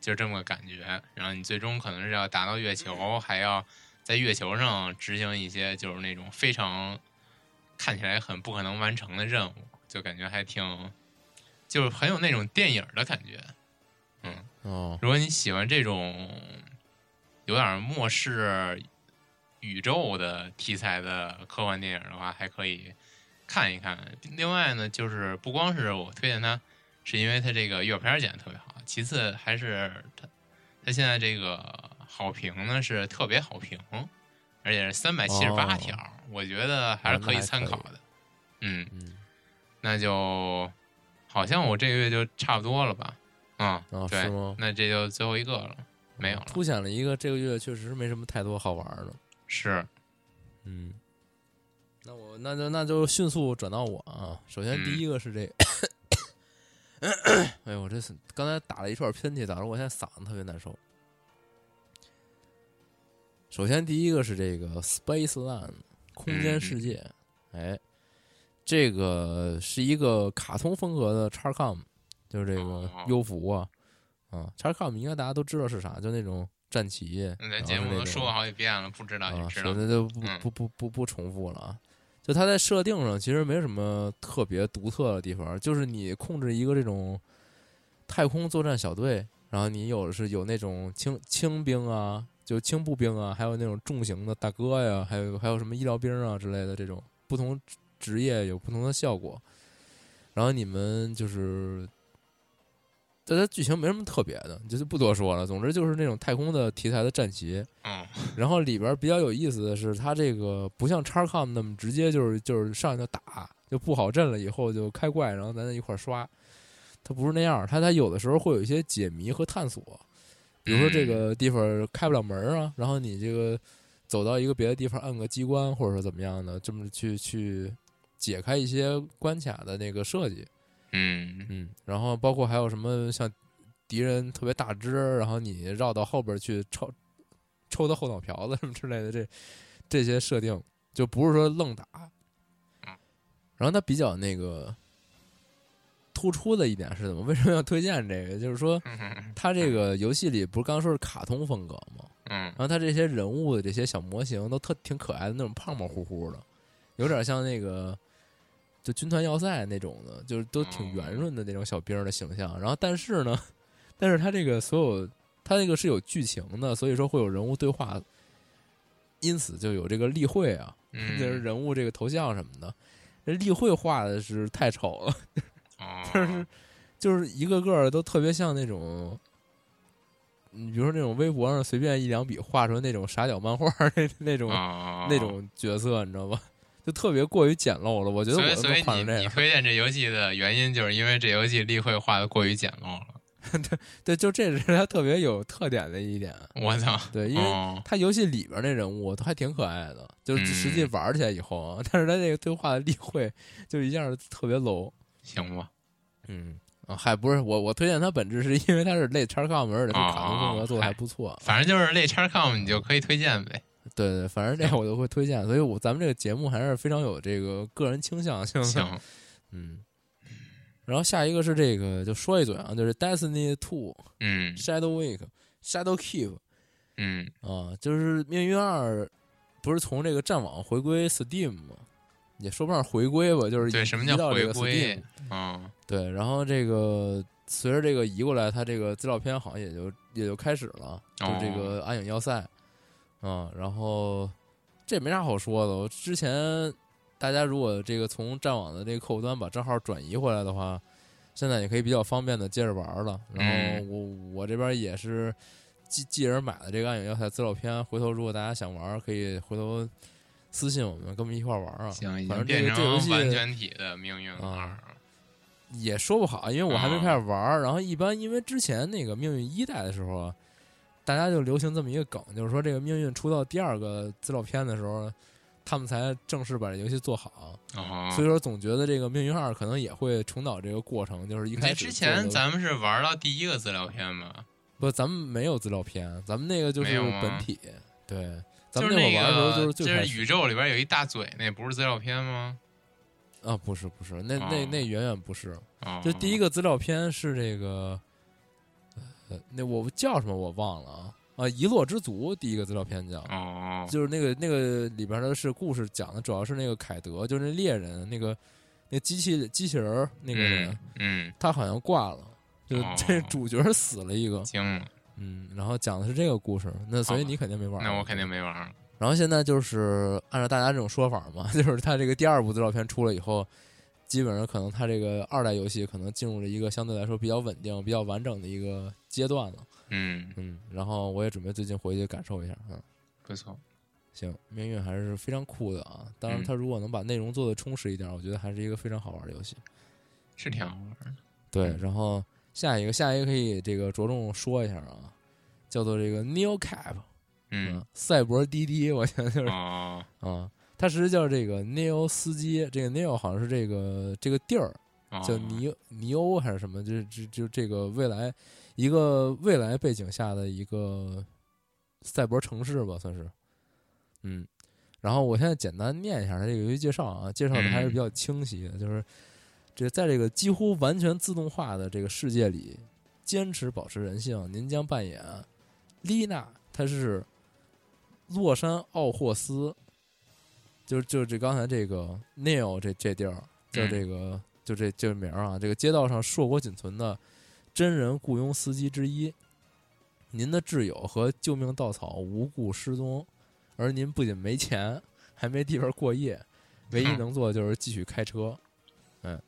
S2: 就是这么个感觉。然后你最终可能是要达到月球，还要在月球上执行一些就是那种非常看起来很不可能完成的任务，就感觉还挺，就是很有那种电影的感觉。
S1: 哦，
S2: 如果你喜欢这种有点末世宇宙的题材的科幻电影的话，还可以看一看。另外呢，就是不光是我推荐它，是因为它这个预告片儿剪的特别好，其次还是它它现在这个好评呢是特别好评，而且是三百七十八
S1: 哦
S2: 条，我觉得还是
S1: 哦那
S2: 可以
S1: 还
S2: 参
S1: 可以
S2: 考的。嗯，
S1: 嗯，
S2: 那就好像我这个月就差不多了吧？嗯，
S1: 哦
S2: 对
S1: 是吗，
S2: 那这就最后一个了，没有了。
S1: 凸显了一个这个月确实没什么太多好玩的，
S2: 是，
S1: 嗯，那我那就那就迅速转到我啊。首先
S2: 嗯
S1: 第一个是
S2: <coughs>
S1: 这，哎呦，我这是刚才打了一串喷嚏，导致我现在嗓子特别难受。首先第一个是这个 Space Land
S2: 嗯
S1: 空间世界，哎，这个是一个卡通风格的 XCOM，就是这个
S2: 哦
S1: 优服啊，啊，XCOM 应该大家都知道是啥，就那种战旗。
S2: 那
S1: 然后
S2: 咱节
S1: 是
S2: 目
S1: 哦那
S2: 都
S1: 种
S2: 说过好几遍了，不知道
S1: 啊，
S2: 你知
S1: 说
S2: 道吗？
S1: 那就不
S2: 嗯
S1: 不不不不重复了啊。就它在设定上其实没有什么特别独特的地方，就是你控制一个这种太空作战小队，然后你有的是有那种轻轻兵啊，就轻步兵啊，还有那种重型的大哥呀，还有还有什么医疗兵啊之类的这种不同职职业有不同的效果。然后你们就是，但它剧情没什么特别的，就是不多说了。总之就是那种太空的题材的战旗，
S2: 嗯，
S1: 然后里边儿比较有意思的是，它这个不像 XCOM 那么直接就是就是上去就打，就布好阵了以后就开怪，然后咱在一块儿刷。它不是那样儿，它它有的时候会有一些解谜和探索，比如说这个地方开不了门儿啊，然后你这个走到一个别的地方按个机关，或者说怎么样的，这么去去解开一些关卡的那个设计。
S2: 嗯，
S1: 嗯，然后包括还有什么像敌人特别大只，然后你绕到后边去抽抽他后脑瓢子什么之类的，这这些设定就不是说愣打。然后它比较那个突出的一点是什么？为什么要推荐这个？就是说
S2: 嗯
S1: 它这个游戏里不是刚说是卡通风格吗？
S2: 嗯
S1: <laughs> 然后它这些人物的这些小模型都特挺可爱的，那种胖胖乎乎的，有点像那个就军团要塞那种的，就是都挺圆润的那种小兵儿的形象。然后但是呢， <laughs> 但是他这个所有他那个是有剧情的，所以说会有人物对话，因此就有这个例会啊，<laughs>
S2: 嗯，
S1: 就是人物这个头像什么的。这例会画的是太丑了，
S2: 哦，
S1: 就是一个个儿都特别像那种，你比如说那种微博上随便一两笔画出那种傻屌漫画儿那 <laughs> 那种、
S2: 哦
S1: 那。种角色，你知道吧？就特别过于简陋了。我觉得
S2: 所
S1: 我
S2: 以，
S1: 都
S2: 所
S1: 能
S2: 以
S1: 画
S2: 你
S1: 成这
S2: 你
S1: 样。
S2: 推荐这游戏的原因，就是因为这游戏例会画的过于简陋了。
S1: <laughs> 对，就这是它特别有特点的一点。
S2: 我操！
S1: 对，因为
S2: 哦，
S1: 它游戏里边那人物都还挺可爱的，就是实际
S2: 嗯
S1: 玩起来以后啊， <laughs> 但是它这个对话的例会就一下特别 low。
S2: 行吧，
S1: 嗯。啊，还不是我，我推荐它本质是因为它是类 XCOM，而且它卡通风格
S2: 哦
S1: 做的还
S2: 嗨
S1: 不错。
S2: 反正就是类 XCOM，你就可以推荐呗。
S1: 对对，反正这样我都会推荐，所以我咱们这个节目还是非常有这个个人倾向性的。
S2: 行，
S1: 嗯。然后下一个是这个，就说一嘴啊，就是 Destiny Two、
S2: 嗯
S1: Shadow Week、Shadow Keep
S2: 嗯
S1: 啊，就是命运二，不是从这个战网回归 Steam 吗？也说不上回归吧，就是
S2: 对
S1: 移
S2: 什么叫
S1: 移到这
S2: 回
S1: 个
S2: 归
S1: Steam
S2: 嗯
S1: 对，然后这个随着这个移过来，它这个资料片好像也就也就开始了，就是这个暗影要塞，嗯，然后这也没啥好说的。我之前大家如果这个从战网的这个客户端把账号转移回来的话，现在也可以比较方便的接着玩了。然后
S2: 嗯
S1: 我、我这边也是既既然买了这个暗影要塞资料片，回头如果大家想玩，可以回头私信我们，跟我们一块儿玩啊。
S2: 行，已
S1: 反正
S2: 经
S1: 这个
S2: 变
S1: 这游
S2: 成
S1: 戏
S2: 完全体的命运二
S1: 啊。也说不好，因为我还没嗯开始玩儿。然后一般啊因为之前那个命运一代的时候，大家就流行这么一个梗，就是说这个命运出到第二个资料片的时候，他们才正式把这游戏做好。
S2: 哦，
S1: 所以说总觉得这个命运二可能也会重蹈这个过程，就是一
S2: 你
S1: 开
S2: 这
S1: 始
S2: 哎之
S1: 做
S2: 前
S1: 的
S2: 咱们是玩到第一个资料片吧？
S1: 不咱们没有资料片，咱们那个就
S2: 没
S1: 是
S2: 有吗
S1: 本体。对，咱
S2: 就
S1: 们
S2: 是
S1: 那会
S2: 那
S1: 儿玩的时候是
S2: 个，
S1: 最开
S2: 就是
S1: 始
S2: 宇宙里边有一大嘴，那不是资料片吗？
S1: 啊，不是不啊是，那那
S2: 哦
S1: 那远远不是。
S2: 哦，
S1: 就第一个资料片是这个，呃，那我叫什么我忘了啊啊，《遗落之族》第一个资料片叫，
S2: 哦，
S1: 就是那个那个里边的是故事讲的主要是那个凯德，就是那猎人那个那机器机器人儿那个人，
S2: 嗯嗯，
S1: 他好像挂了，就
S2: 哦
S1: 这主角死了一个，
S2: 惊了，
S1: 嗯，然后讲的是这个故事，那所以
S2: 好吧
S1: 你肯定没玩，
S2: 那我肯定。没玩儿。
S1: 然后现在就是按照大家这种说法嘛， <laughs> 就是他这个第二部资料片出了以后，基本上可能他这个二代游戏可能进入了一个相对来说比较稳定、比较完整的一个阶段了。
S2: 嗯，
S1: 嗯，然后我也准备最近回去感受一下。嗯，
S2: 不错。
S1: 行，命运还是非常酷的啊！当然，
S2: 嗯
S1: 它如果能把内容做得充实一点，我觉得还是一个非常好玩的游戏。
S2: 是挺好玩儿的。
S1: 对，
S2: 嗯
S1: 然后下一个，下一个可以这个着重说一下啊，叫做这个 Neo Cap，
S2: 嗯，，
S1: 赛博滴滴，我觉得嗯就是
S2: 哦
S1: 啊，它实际叫这个 Neo 司机，这个 Neo 好像是这个这个地儿
S2: 哦，
S1: 叫尼尼欧还是什么，就是就就这个未来一个未来背景下的一个赛博城市吧，算是，嗯。然后我现在简单念一下它这个游戏介绍啊，介绍的还是比较清晰的，就是这在这个几乎完全自动化的这个世界里，坚持保持人性，您将扮演丽娜，她是洛杉奥霍斯，就是就是这刚才这个 Neil 这这地儿，叫这个、就这这名儿啊，这个街道上硕果仅存的真人雇佣司机之一，您的挚友和救命稻草无故失踪，而您不仅没钱，还没地方过夜，唯一
S2: 哼
S1: 能做的就是继续开车。嗯，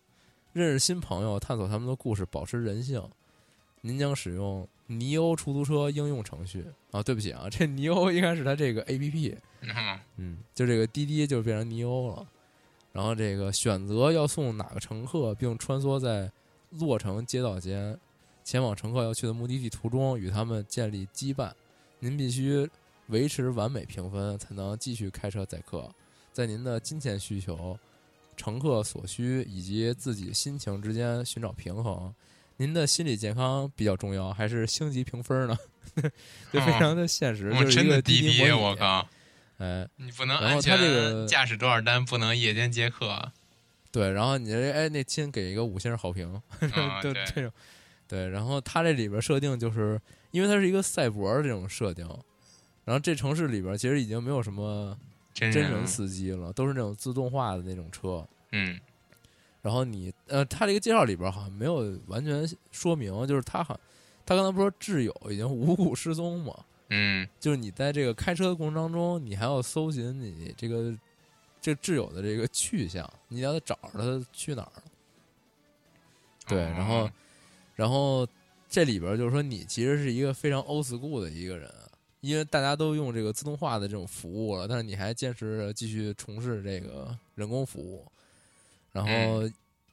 S1: 认识新朋友，探索他们的故事，保持人性。您将使用尼欧出租车应用程序啊，对不起啊，这尼欧应该是它这个 A P P，
S2: 嗯
S1: 嗯，就这个滴滴就变成尼欧了。然后这个选择要送哪个乘客，并穿梭在落城街道间，前往乘客要去的目的地途中，与他们建立羁绊。您必须维持完美评分，才能继续开车载客。在您的金钱需求、乘客所需以及自己心情之间寻找平衡。您的心理健康比较重要，还是星级评分呢？ <laughs> 就非常的现实，
S2: 哦我
S1: 就是
S2: 真
S1: 一
S2: 的
S1: 个
S2: 滴
S1: 滴
S2: 滴，
S1: 模拟
S2: 我靠！
S1: 哎，
S2: 你不能
S1: 然后
S2: 安
S1: 他这个
S2: 全驾驶多少单，不能夜间接客。啊
S1: 对，然后你这哎那亲给一个五星好评， <laughs> 就
S2: 对，
S1: 这种，对，然后它这里边设定就是因为它是一个赛博儿这种设定，然后这城市里边其实已经没有什么
S2: 真
S1: 真
S2: 人
S1: 人司机了，都是那种自动化的那种车，
S2: 嗯
S1: 然后你呃，他这个介绍里边好像没有完全说明，就是他好，他刚才不是说挚友已经无故失踪嘛，
S2: 嗯
S1: 就是你在这个开车的过程当中，你还要搜寻你这个这挚友的这个去向，你要找着他去哪儿了。对，
S2: 哦
S1: 然后然后这里边就是说你其实是一个非常 old school 的一个人，因为大家都用这个自动化的这种服务了，但是你还坚持着继续从事这个人工服务，然后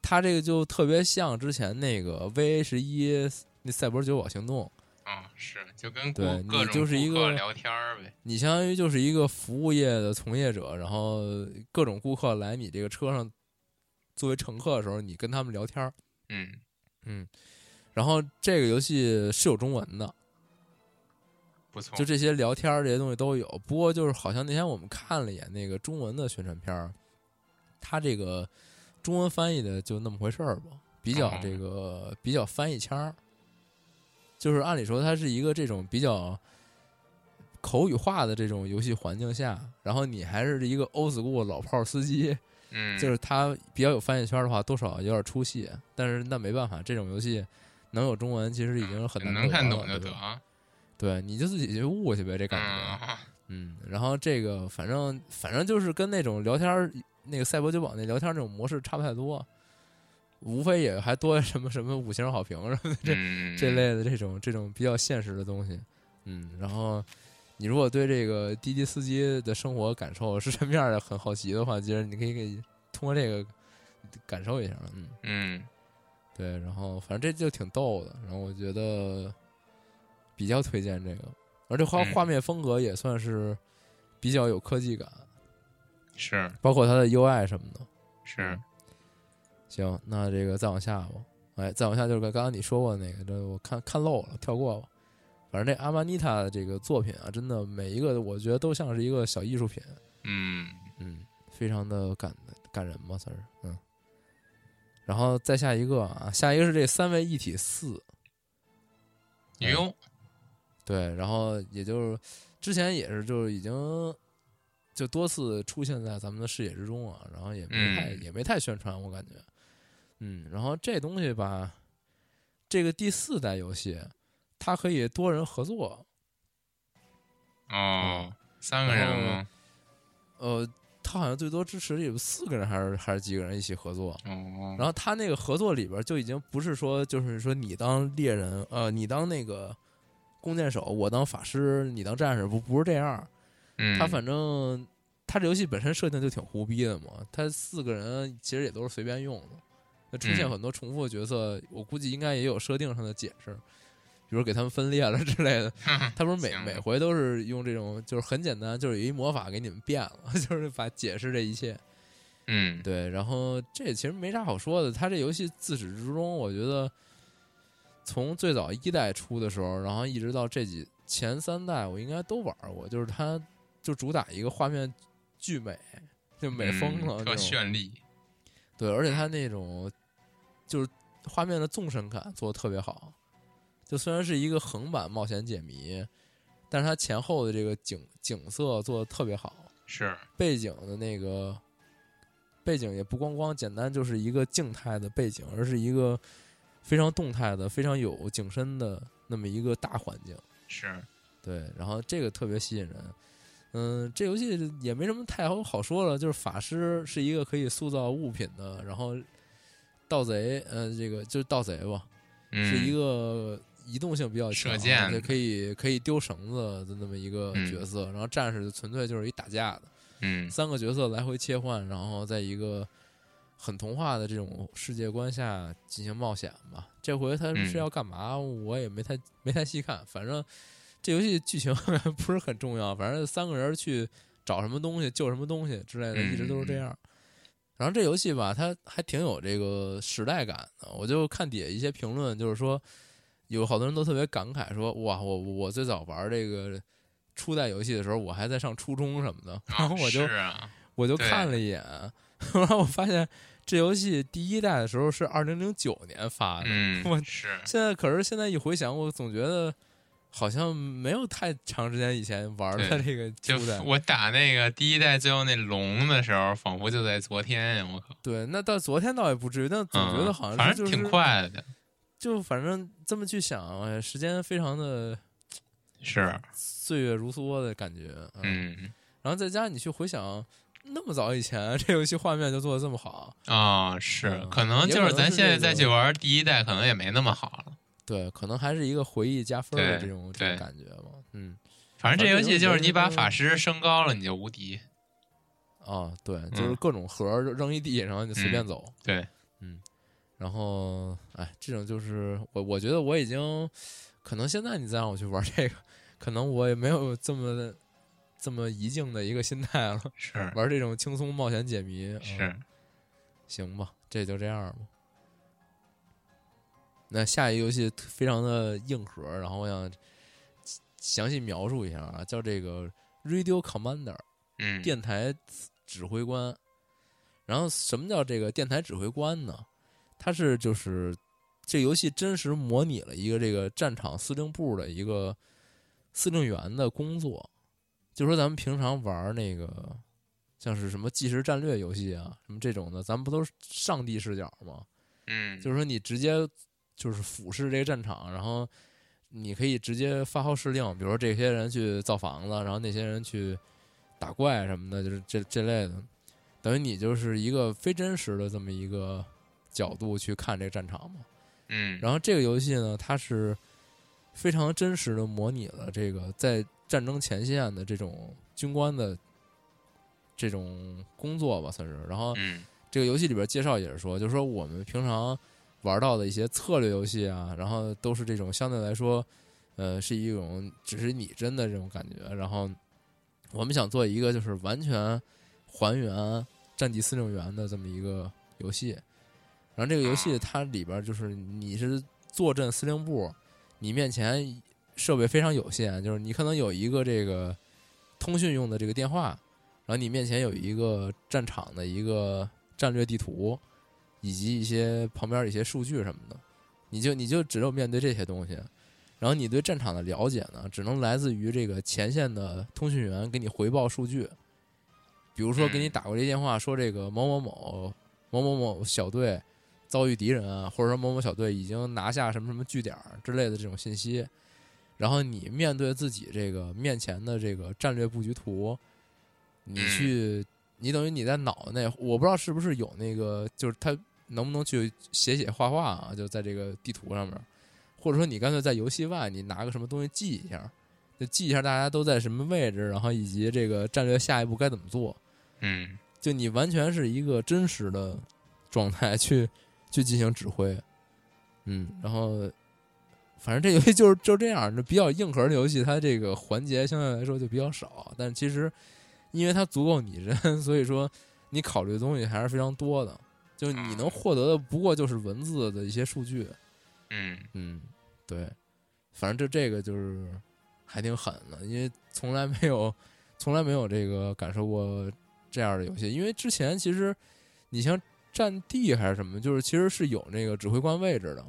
S1: 他这个就特别像之前那个 VA 十一那赛博九堡行动。
S2: 啊、是就跟顾
S1: 对你
S2: 各种
S1: 就是一
S2: 顾客
S1: 个
S2: 聊天儿呗，
S1: 你相当于就是一个服务业的从业者，然后各种顾客来你这个车上作为乘客的时候，你跟他们聊天儿，
S2: 嗯
S1: 嗯，然后这个游戏是有中文的，
S2: 不错，
S1: 就这些聊天儿这些东西都有。不过就是好像那天我们看了一眼那个中文的宣传片儿，它这个中文翻译的就那么回事儿吧，比较
S2: 哦
S1: 这个比较翻译腔儿，就是按理说它是一个这种比较口语化的这种游戏环境下，然后你还是一个 old school 老炮儿司机，<laughs>
S2: 嗯
S1: 就是他比较有翻译圈儿的话，多少有点出戏。但是那没办法，这种游戏能有中文其实已经很难
S2: 嗯能
S1: 得
S2: 看
S1: 了
S2: 懂就
S1: 对
S2: 得啊
S1: 吧，对，你就自己去悟去呗，这感觉。 <laughs>
S2: 嗯，
S1: 嗯，然后这个反正反正就是跟那种聊天儿那个赛博酒保那聊天儿那种模式差不太多，无非也还多什么什么五星好评什么的这、
S2: 嗯
S1: 这类的这种这种比较现实的东西。嗯，然后你如果对这个滴滴司机的生活感受是什么样的很好奇的话，其实你可以可以通过这个感受一下。嗯，
S2: 嗯
S1: 对，然后反正这就挺逗的，然后我觉得比较推荐这个，而且画
S2: 嗯
S1: 画面风格也算是比较有科技感，
S2: 是
S1: 包括它的 UI 什么的。
S2: 是
S1: 行，那这个再往下吧，哎，再往下就是刚刚你说过的那个，这我看看漏了，跳过吧。反正这阿玛尼塔的这个作品啊，真的每一个我觉得都像是一个小艺术品，
S2: 嗯
S1: 嗯，非常的感感人吧，算是嗯。然后再下一个啊，下一个是这三位一体四，哎
S2: 哟
S1: 对，然后也就是之前也是就是已经就多次出现在咱们的视野之中啊，然后也没太、
S2: 嗯
S1: 也没太宣传，我感觉，嗯，然后这东西吧，这个第四代游戏它可以多人合作，
S2: 哦
S1: 嗯
S2: 三个人吗？
S1: 呃，它好像最多支持有四个人还是还是几个人一起合作，
S2: 哦
S1: 然后他那个合作里边就已经不是说就是说你当猎人，呃，你当那个弓箭手，我当法师，你当战士，不不是这样。
S2: 嗯
S1: 他反正他这游戏本身设定就挺胡逼的嘛，他四个人其实也都是随便用的。那出现
S2: 嗯
S1: 很多重复的角色，我估计应该也有设定上的解释，比如给他们分裂了之类
S2: <laughs>
S1: 的。他不是每
S2: 行
S1: 每回都是用这种，就是很简单，就是有一魔法给你们变了， <laughs> 就是把解释这一切。
S2: 嗯
S1: 对，然后这其实没啥好说的。它这游戏自始至终，我觉得从最早一代出的时候，然后一直到这几前三代，我应该都玩过。就是它就主打一个画面巨美，就美疯
S2: 嗯
S1: 了那
S2: 特
S1: 种。
S2: 绚丽，
S1: 对，而且它那种就是画面的纵深感做的特别好。就虽然是一个横版冒险解谜，但是它前后的这个景景色做的特别好。
S2: 是
S1: 背景的那个背景也不光光简单就是一个静态的背景，而是一个非常动态的、非常有景深的那么一个大环境。
S2: 是
S1: 对，然后这个特别吸引人。嗯，这游戏也没什么太好好说了，就是法师是一个可以塑造物品的，然后盗贼，呃，这个就是盗贼吧，是一
S2: 个
S1: 个移动性比较强，
S2: 嗯射箭
S1: 对
S2: 的
S1: 可以可以丢绳子的那么一个
S2: 嗯
S1: 角色，然后战士纯粹就是一打架的。
S2: 嗯
S1: 三个角色来回切换，然后在一个很童话的这种世界观下进行冒险吧。这回他是
S2: 嗯
S1: 要干嘛，我也没太没太细看。反正这游戏剧情 <laughs> 不是很重要，反正三个人去找什么东西、救什么东西之类的，
S2: 嗯
S1: 一直都是这样。然后这游戏吧，它还挺有这个时代感的。我就看底下一些评论，就是说有好多人都特别感慨说：“哇，我我我最早玩这个初代游戏的时候，我还在上初中什么的。” <laughs> 然 <laughs> 后我就是
S2: 啊
S1: 我就
S2: 对
S1: 看了一眼， <laughs> 然后我发现这游戏第一代的时候是二零零九年发的，
S2: 嗯
S1: 啊我
S2: 是
S1: 现在可是现在一回想，我总觉得好像没有太长时间以前玩的这个
S2: 就
S1: 初代。
S2: 我打那个第一代最后那龙的时候，仿佛就在昨天呀！我靠，
S1: 对，那到昨天倒也不至于，但总觉得
S2: 嗯
S1: 好像
S2: 反
S1: 是
S2: 正
S1: 就是
S2: 挺快的，
S1: 就反正这么去想，哎，时间非常的
S2: 是，
S1: 岁月如梭的感觉。
S2: 嗯
S1: 然后再加上你去回想，那么早以前 <laughs> 这游戏画面就做的这么好，
S2: 啊、是
S1: 嗯，
S2: 可能
S1: 也
S2: 就
S1: 可
S2: 是
S1: 能
S2: 咱
S1: 是
S2: 现在
S1: 这
S2: 再
S1: 个
S2: 去玩第一代，可能也没那么好了。
S1: 对，可能还是一个回忆加分的
S2: 对
S1: 这种这种
S2: 对
S1: 感觉吧。嗯，
S2: 反正这游戏就是你把
S1: 反正这游戏
S2: 法师升高了，你就无敌。
S1: 哦，对，就是各种盒儿就扔一地，然后你随便走。
S2: 嗯
S1: 嗯
S2: 对，
S1: 然后，哎，这种就是我，我觉得我已经，可能现在你再让我去玩这个，可能我也没有这么这么怡静的一个心态了，
S2: 是
S1: 玩这种轻松冒险解谜。嗯
S2: 是，
S1: 行吧，这就这样吧。那下一个游戏非常的硬核，然后我想详细描述一下啊，叫这个 Radio Commander
S2: 嗯，
S1: 电台指挥官。然后什么叫这个电台指挥官呢？它是就是这游戏真实模拟了一个这个战场司令部的一个司令员的工作，就说咱们平常玩那个像是什么即时战略游戏啊，什么这种的，咱们不都是上帝视角吗？
S2: 嗯，
S1: 就是说你直接就是俯视这个战场，然后你可以直接发号施令，比如说这些人去造房子，然后那些人去打怪什么的，就是这这类的，等于你就是一个非真实的这么一个角度去看这个战场嘛。
S2: 嗯，
S1: 然后这个游戏呢，它是非常真实的模拟了这个在战争前线的这种军官的这种工作吧，算是。然后
S2: 嗯
S1: 这个游戏里边介绍也是说，就是说我们平常玩到的一些策略游戏啊，然后都是这种相对来说，呃，是一种只是拟真的这种感觉。然后我们想做一个就是完全还原战地司令员的这么一个游戏。然后这个游戏它里边就是你是坐镇司令部，你面前设备非常有限，就是你可能有一个这个通讯用的这个电话，然后你面前有一个战场的一个战略地图，以及一些旁边一些数据什么的，你就你就只有面对这些东西，然后你对战场的了解呢，只能来自于这个前线的通讯员给你回报数据，比如说给你
S2: 嗯
S1: 打过这电话说这个某某某某某某小队遭遇敌人啊，或者说某某小队已经拿下什么什么据点儿之类的这种信息，然后你面对自己这个面前的这个战略布局图，你
S2: 嗯
S1: 去，你等于你在脑内，我不知道是不是有那个，就是他能不能去写写画画啊，就在这个地图上面，或者说你干脆在游戏外你拿个什么东西记一下，就记一下大家都在什么位置，然后以及这个战略下一步该怎么做，
S2: 嗯
S1: 就你完全是一个真实的状态 <laughs> 去去进行指挥，嗯，然后反正这游戏就是就这样，就比较硬核的游戏，它这个环节相对来说就比较少，但其实因为它足够拟真， <laughs> 所以说你考虑的东西还是非常多的，就你能获得的不过就是文字的一些数据，
S2: 嗯
S1: 嗯，对，反正就这个就是还挺狠的，因为从来没有从来没有这个感受过这样的游戏，因为之前其实你像战地还是什么，就是其实是有那个指挥官位置的，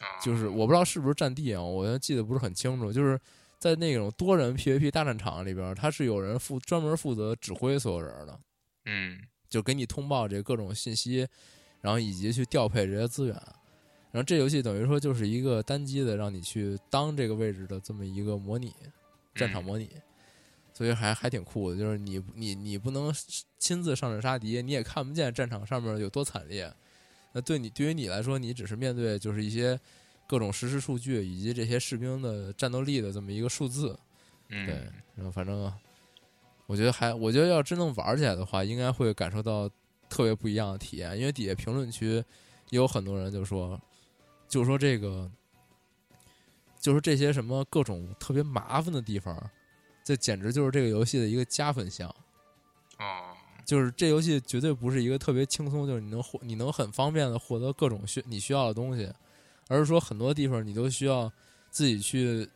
S2: 啊
S1: 就是我不知道是不是战地啊，我记得不是很清楚，就是在那种多人 PVP 大战场里边，他是有人负专门负责指挥所有人的，
S2: 嗯
S1: 就给你通报这各种信息，然后以及去调配这些资源。然后这游戏等于说就是一个单机的，让你去当这个位置的这么一个模拟战
S2: 嗯
S1: 场模拟，所以还还挺酷的。就是你你你不能亲自上阵杀敌，你也看不见战场上面有多惨烈。那对你对于你来说，你只是面对就是一些各种实时数据以及这些士兵的战斗力的这么一个数字。
S2: 嗯
S1: 对，然后反正我觉得还，我觉得要真正玩起来的话，应该会感受到特别不一样的体验，因为底下评论区也有很多人就说，就说这个，就说这些什么各种特别麻烦的地方，这简直就是这个游戏的一个加分项。
S2: 哦，
S1: 就是这游戏绝对不是一个特别轻松，就是你能获你能很方便的获得各种需你需要的东西，而是说很多地方你都需要自己去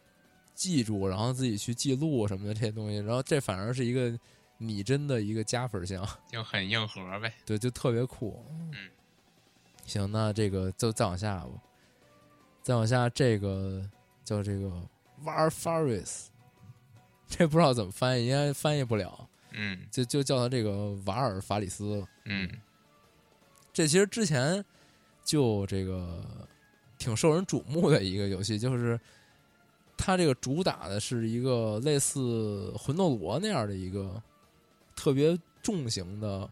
S1: 记住，然后自己去记录什么的这些东西，然后这反而是一个拟真的一个加分项， <laughs>
S2: 就很硬核呗。
S1: 对，就特别酷。
S2: 嗯，
S1: 行，那这个就再往下吧，再往下这个叫这个 Warfaris，这不知道怎么翻译，应该翻译不了，
S2: 嗯
S1: 就就叫他这个瓦尔法里斯吧。
S2: 嗯
S1: 这其实之前就这个挺受人瞩目的一个游戏，就是它这个主打的是一个类似魂斗罗那样的一个特别重型的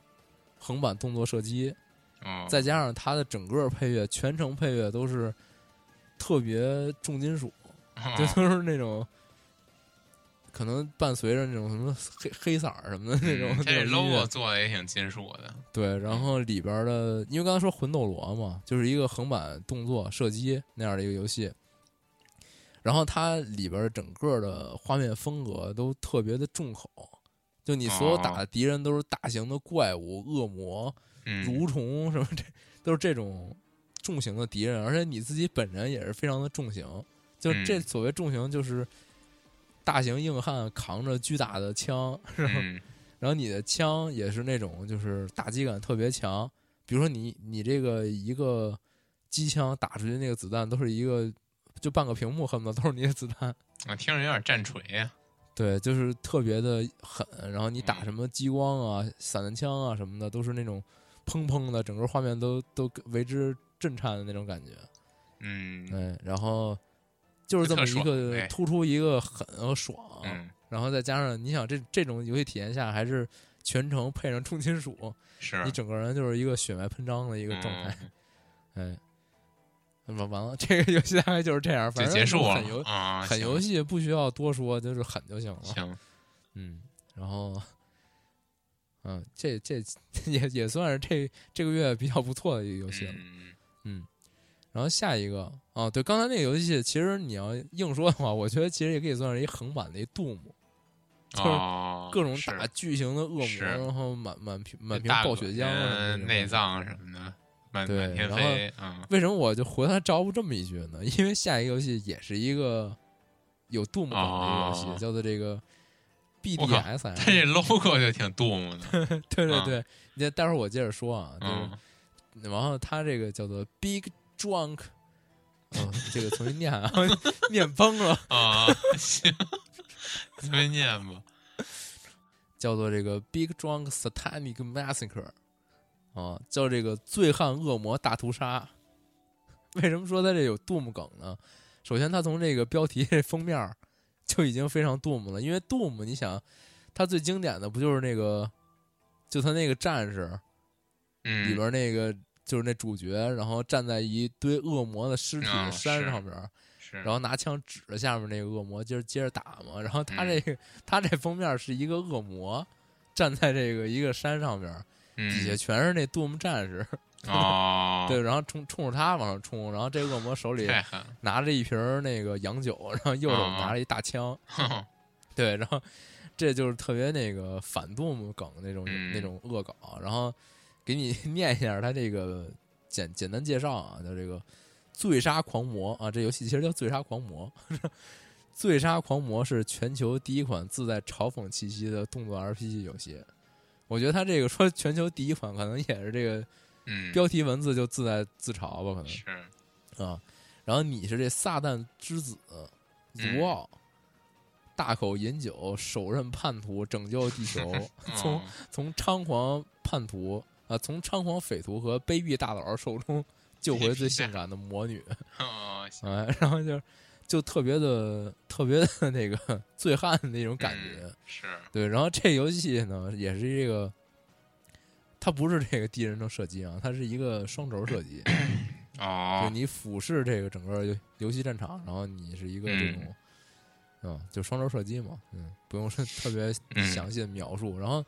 S1: 横版动作射击，
S2: 哦，
S1: 再加上它的整个配乐，全程配乐都是特别重金属，就
S2: 哦
S1: 都是那种。可能伴随着那种什么黑黑色儿什么的那种，
S2: 嗯它
S1: 那
S2: 这
S1: 种音乐
S2: logo 做的也挺金属的，
S1: 对，然后里边儿的，因为刚才说魂斗罗嘛，就是一个横版动作射击那样的一个游戏，然后它里边儿整个的画面风格都特别的重口，就你所
S2: 哦
S1: 有打的敌人都是大型的怪物、恶魔、
S2: 嗯
S1: 蠕虫什么这，都是这种重型的敌人，而且你自己本人也是非常的重型，就
S2: 嗯
S1: 这所谓重型就是大型硬汉扛着巨大的枪，然后
S2: 嗯
S1: 然后你的枪也是那种就是打击感特别强，比如说你你这个一个机枪打出去那个子弹都是一个就半个屏幕恨不得都是你的子弹，
S2: 啊，听着有点战锤啊呀，
S1: 对，就是特别的狠。然后你打
S2: 嗯
S1: 什么激光啊、散弹枪啊什么的，都是那种砰砰的，整个画面都都为之震颤的那种感觉。
S2: 嗯
S1: 对，然后就是这么一
S2: 就特爽
S1: 个
S2: 哎
S1: 突出一个狠和爽，
S2: 嗯
S1: 然后再加上你想这这种游戏体验下还是全程配上重金属。
S2: 是嗯
S1: 你整个人就是一个血脉喷张的一
S2: 一
S1: 个状态，哎，完完了，这个游戏大概就是这样，反
S2: 就
S1: 正
S2: 结束
S1: 很游
S2: 了啊，
S1: 很游戏不需要多说，就是狠就行了，
S2: 行，
S1: 嗯，然后，嗯，这这 <laughs> 也也算是这这个月比较不错的一个游戏了，
S2: 嗯
S1: 嗯，然后下一个啊，对，刚才那个游戏其实你要硬说的话，我觉得其实也可以算是一横版的一 Doom，就是
S2: 哦
S1: 各种
S2: 是
S1: 打巨型的恶魔，
S2: 是
S1: 然后满满屏满屏
S2: 大
S1: 爆
S2: 狗
S1: 血浆啊
S2: 嗯
S1: 什么的那种
S2: 内脏什么的，满
S1: 对
S2: 满天
S1: 然
S2: 飞，嗯
S1: 为什么我就回来招呼这么一句呢？ <laughs> 因为下一个游戏也是一个有 Doom 梗的一个游戏，
S2: 哦
S1: 叫做这个
S2: 我靠 <laughs> 它 <laughs> 这
S1: BDSM。
S2: logo 就挺 doom 的，
S1: 哎对对
S2: 啊
S1: 对，你待会儿我接着说啊，
S2: 嗯
S1: 就是，然后它这个叫做 Big Drunk，哦，这个重新念啊， <laughs> 念崩了，
S2: 啊，行，随便念吧，
S1: 叫做这个 Big Drunk Satanic Massacre，啊，叫这个醉汉恶魔大屠杀。 <laughs> 为什么说它这有 Doom 梗呢？首先，它从这个标题这封面儿就已经非常 Doom 了，因为 Doom 你想，它最经典的不就是那个，就他那个战士
S2: 嗯，
S1: 里边那个、就是那主角，然后站在一堆恶魔的尸体
S2: 啊
S1: 的山
S2: 是
S1: 上边儿，
S2: 是，
S1: 然后拿枪指着下面那个恶魔，接着接着打嘛。然后他
S2: 嗯
S1: 这个、他这封面是一个恶魔站在这个一个山上边儿，底下
S2: 嗯
S1: 全是那 Doom 战士，
S2: 哦，
S1: 对，然后冲冲着他往上冲，然后这恶魔手里
S2: 太狠了，
S1: 拿着一瓶儿那个洋酒，然后右手
S2: 啊
S1: 拿着一大枪，
S2: <laughs>
S1: 对，然后这就是特别那个反动梗那种、
S2: 嗯
S1: 那种恶搞，然后给你 <laughs> 念一下他这个简简单介绍啊，叫这个《醉杀狂魔》啊，这游戏其实叫《醉杀狂魔》。 <laughs> 醉杀狂魔是全球第一款自带嘲讽气息的动作 RPG 游戏，我觉得他这个说全球第一款，可能也是这个
S2: 嗯，
S1: 标题文字就自带自嘲吧，可能
S2: 是，
S1: 啊，然后你是这撒旦之子，卢奥，大口饮酒，手刃叛徒，拯救地球
S2: 嗯，
S1: 从从猖狂叛徒啊，从猖狂匪徒和卑鄙大佬手中救回最性感的魔女，
S2: 哦，行
S1: 啊， <laughs> 然后就就特别的特别的 <laughs> 那个醉汉那种感觉，
S2: 嗯是，
S1: 对，然后这游戏呢，也是这个，它不是这个第一人称射击啊，它是一个双轴射击，就
S2: 哦，
S1: 你俯视这个整个游游戏战场，然后你是一个这种，嗯就双轴射击嘛，嗯，不用说特别
S2: 嗯
S1: 详细的描述。然后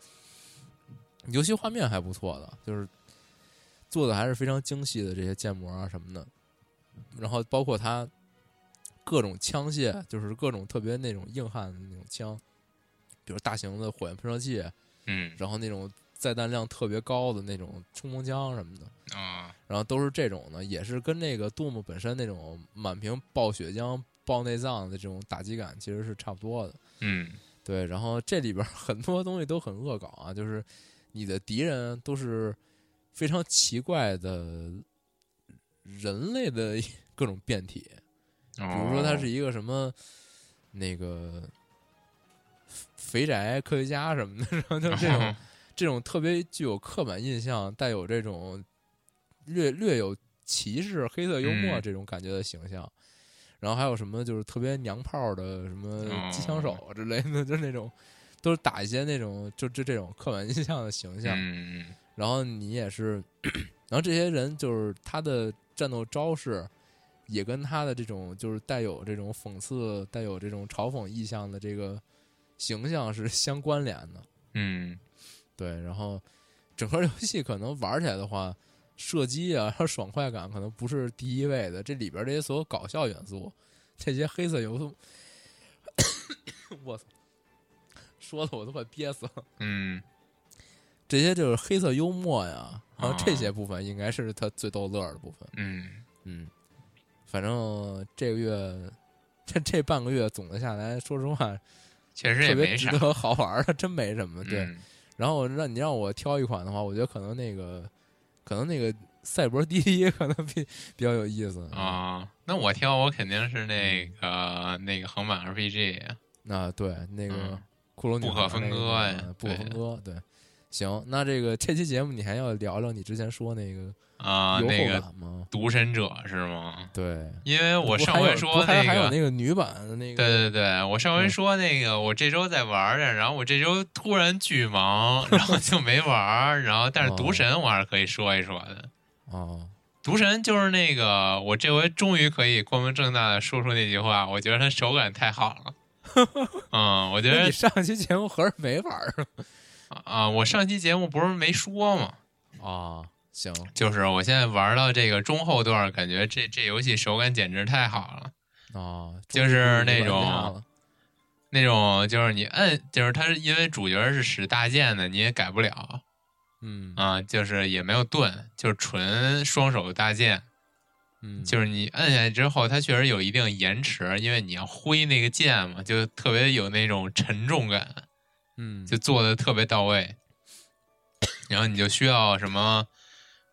S1: 游戏画面还不错的，就是做的还是非常精细的这些建模啊什么的，然后包括它各种枪械，就是各种特别那种硬汉的那种枪，比如大型的火焰喷射器，
S2: 嗯，
S1: 然后那种载弹量特别高的那种冲锋枪什么的。
S2: 啊，
S1: 然后都是这种的，也是跟那个 Doom 本身那种满屏爆血浆、爆内脏的这种打击感其实是差不多的。
S2: 嗯，
S1: 对，然后这里边儿 <laughs> 很多东西都很恶搞啊，就是你的敌人都是非常 <laughs> 奇怪的人类的各种变体，比如说他
S2: 哦
S1: 是一个什么那个 <laughs> 肥宅科学家什么的，然
S2: <laughs>
S1: 后就这种、
S2: 哦
S1: 这种特别具有刻板印象、带有这种略略有歧视、黑色幽默
S2: 嗯
S1: 这种感觉的形象。然后还有什么就是特别娘炮的什么
S2: 哦
S1: 机枪手之类的，就是那种都是打一些那种就就这种刻板印象的形象。
S2: 嗯嗯
S1: 然后你也是， <clears throat> 然后这些人就是他的战斗招式，也跟他的这种就是带有这种讽刺、带有这种嘲讽意向的这个形象是相关联的。
S2: 嗯
S1: 对，然后整个游戏可能玩起来的话，射击啊，还有爽快感可能不是第一位的。这里边这些所有搞笑元素，这些黑色元素，我操，说的我都快憋死了。
S2: 嗯
S1: 这些就是黑色幽默呀，然后这
S2: 啊
S1: 些部分应该是他最逗乐儿的部分。
S2: 嗯
S1: 嗯，反正这个月这这半个月总结下来，说实话，
S2: 确实也
S1: 特别
S2: 没
S1: 值
S2: 啥。
S1: 得好玩儿的，真没什么。对，
S2: 嗯
S1: 然后让你让我挑一款的话，我觉得可能那个可能那个赛 <laughs> 博滴滴可能比比较有意思。
S2: 啊，那我挑我肯定是那
S1: 嗯
S2: 个那个横版 RPG，
S1: 啊，对，那个
S2: 嗯
S1: 骷髅女
S2: 不
S1: 孩
S2: 可
S1: 那
S2: 分
S1: 个
S2: 割呀
S1: 嗯不可
S2: 对
S1: 分割。对，行，那这个这期节目你还要聊聊你之前说那个
S2: 啊，
S1: 油
S2: 那
S1: 后
S2: 个
S1: 感吗？
S2: 独神者是吗？
S1: 对。
S2: 因为我
S1: 不
S2: 上
S1: 还
S2: 回
S1: 有
S2: 说
S1: 不还还有
S2: 个，
S1: 那个女版的那个，
S2: 对对对，我上回
S1: 嗯
S2: 说那个，我这周在玩儿着，然后我这周突然巨忙，然后就没玩儿，然后但是
S1: 哦
S2: 独神我还是可以说一说的。
S1: 哦，
S2: 毒神就是那个，我这回终于可以光明正大的说出那句话，我觉得他手感太好
S1: <laughs>
S2: 了。嗯，我觉
S1: 那
S2: 得
S1: 你上期节目合着没玩儿
S2: 啊、我上期节目不是没说吗？
S1: 啊？行，
S2: 就是我现在玩到这个中后段，感觉这这游戏手感简直太好了。
S1: 啊，
S2: 就
S1: 终于终于
S2: 是那
S1: 玩家
S2: 种
S1: 了
S2: 那种就是你摁，就是它是因为主角是使大剑的，你也改不了
S1: 嗯
S2: 啊、就是也没有盾，就是纯双手大剑。
S1: 嗯，
S2: 就是你摁下去之后，它确实有一定延迟，因为你要挥那个剑嘛，就特别有那种沉重感。
S1: 嗯
S2: 就做的特别到位，然后你就需要什么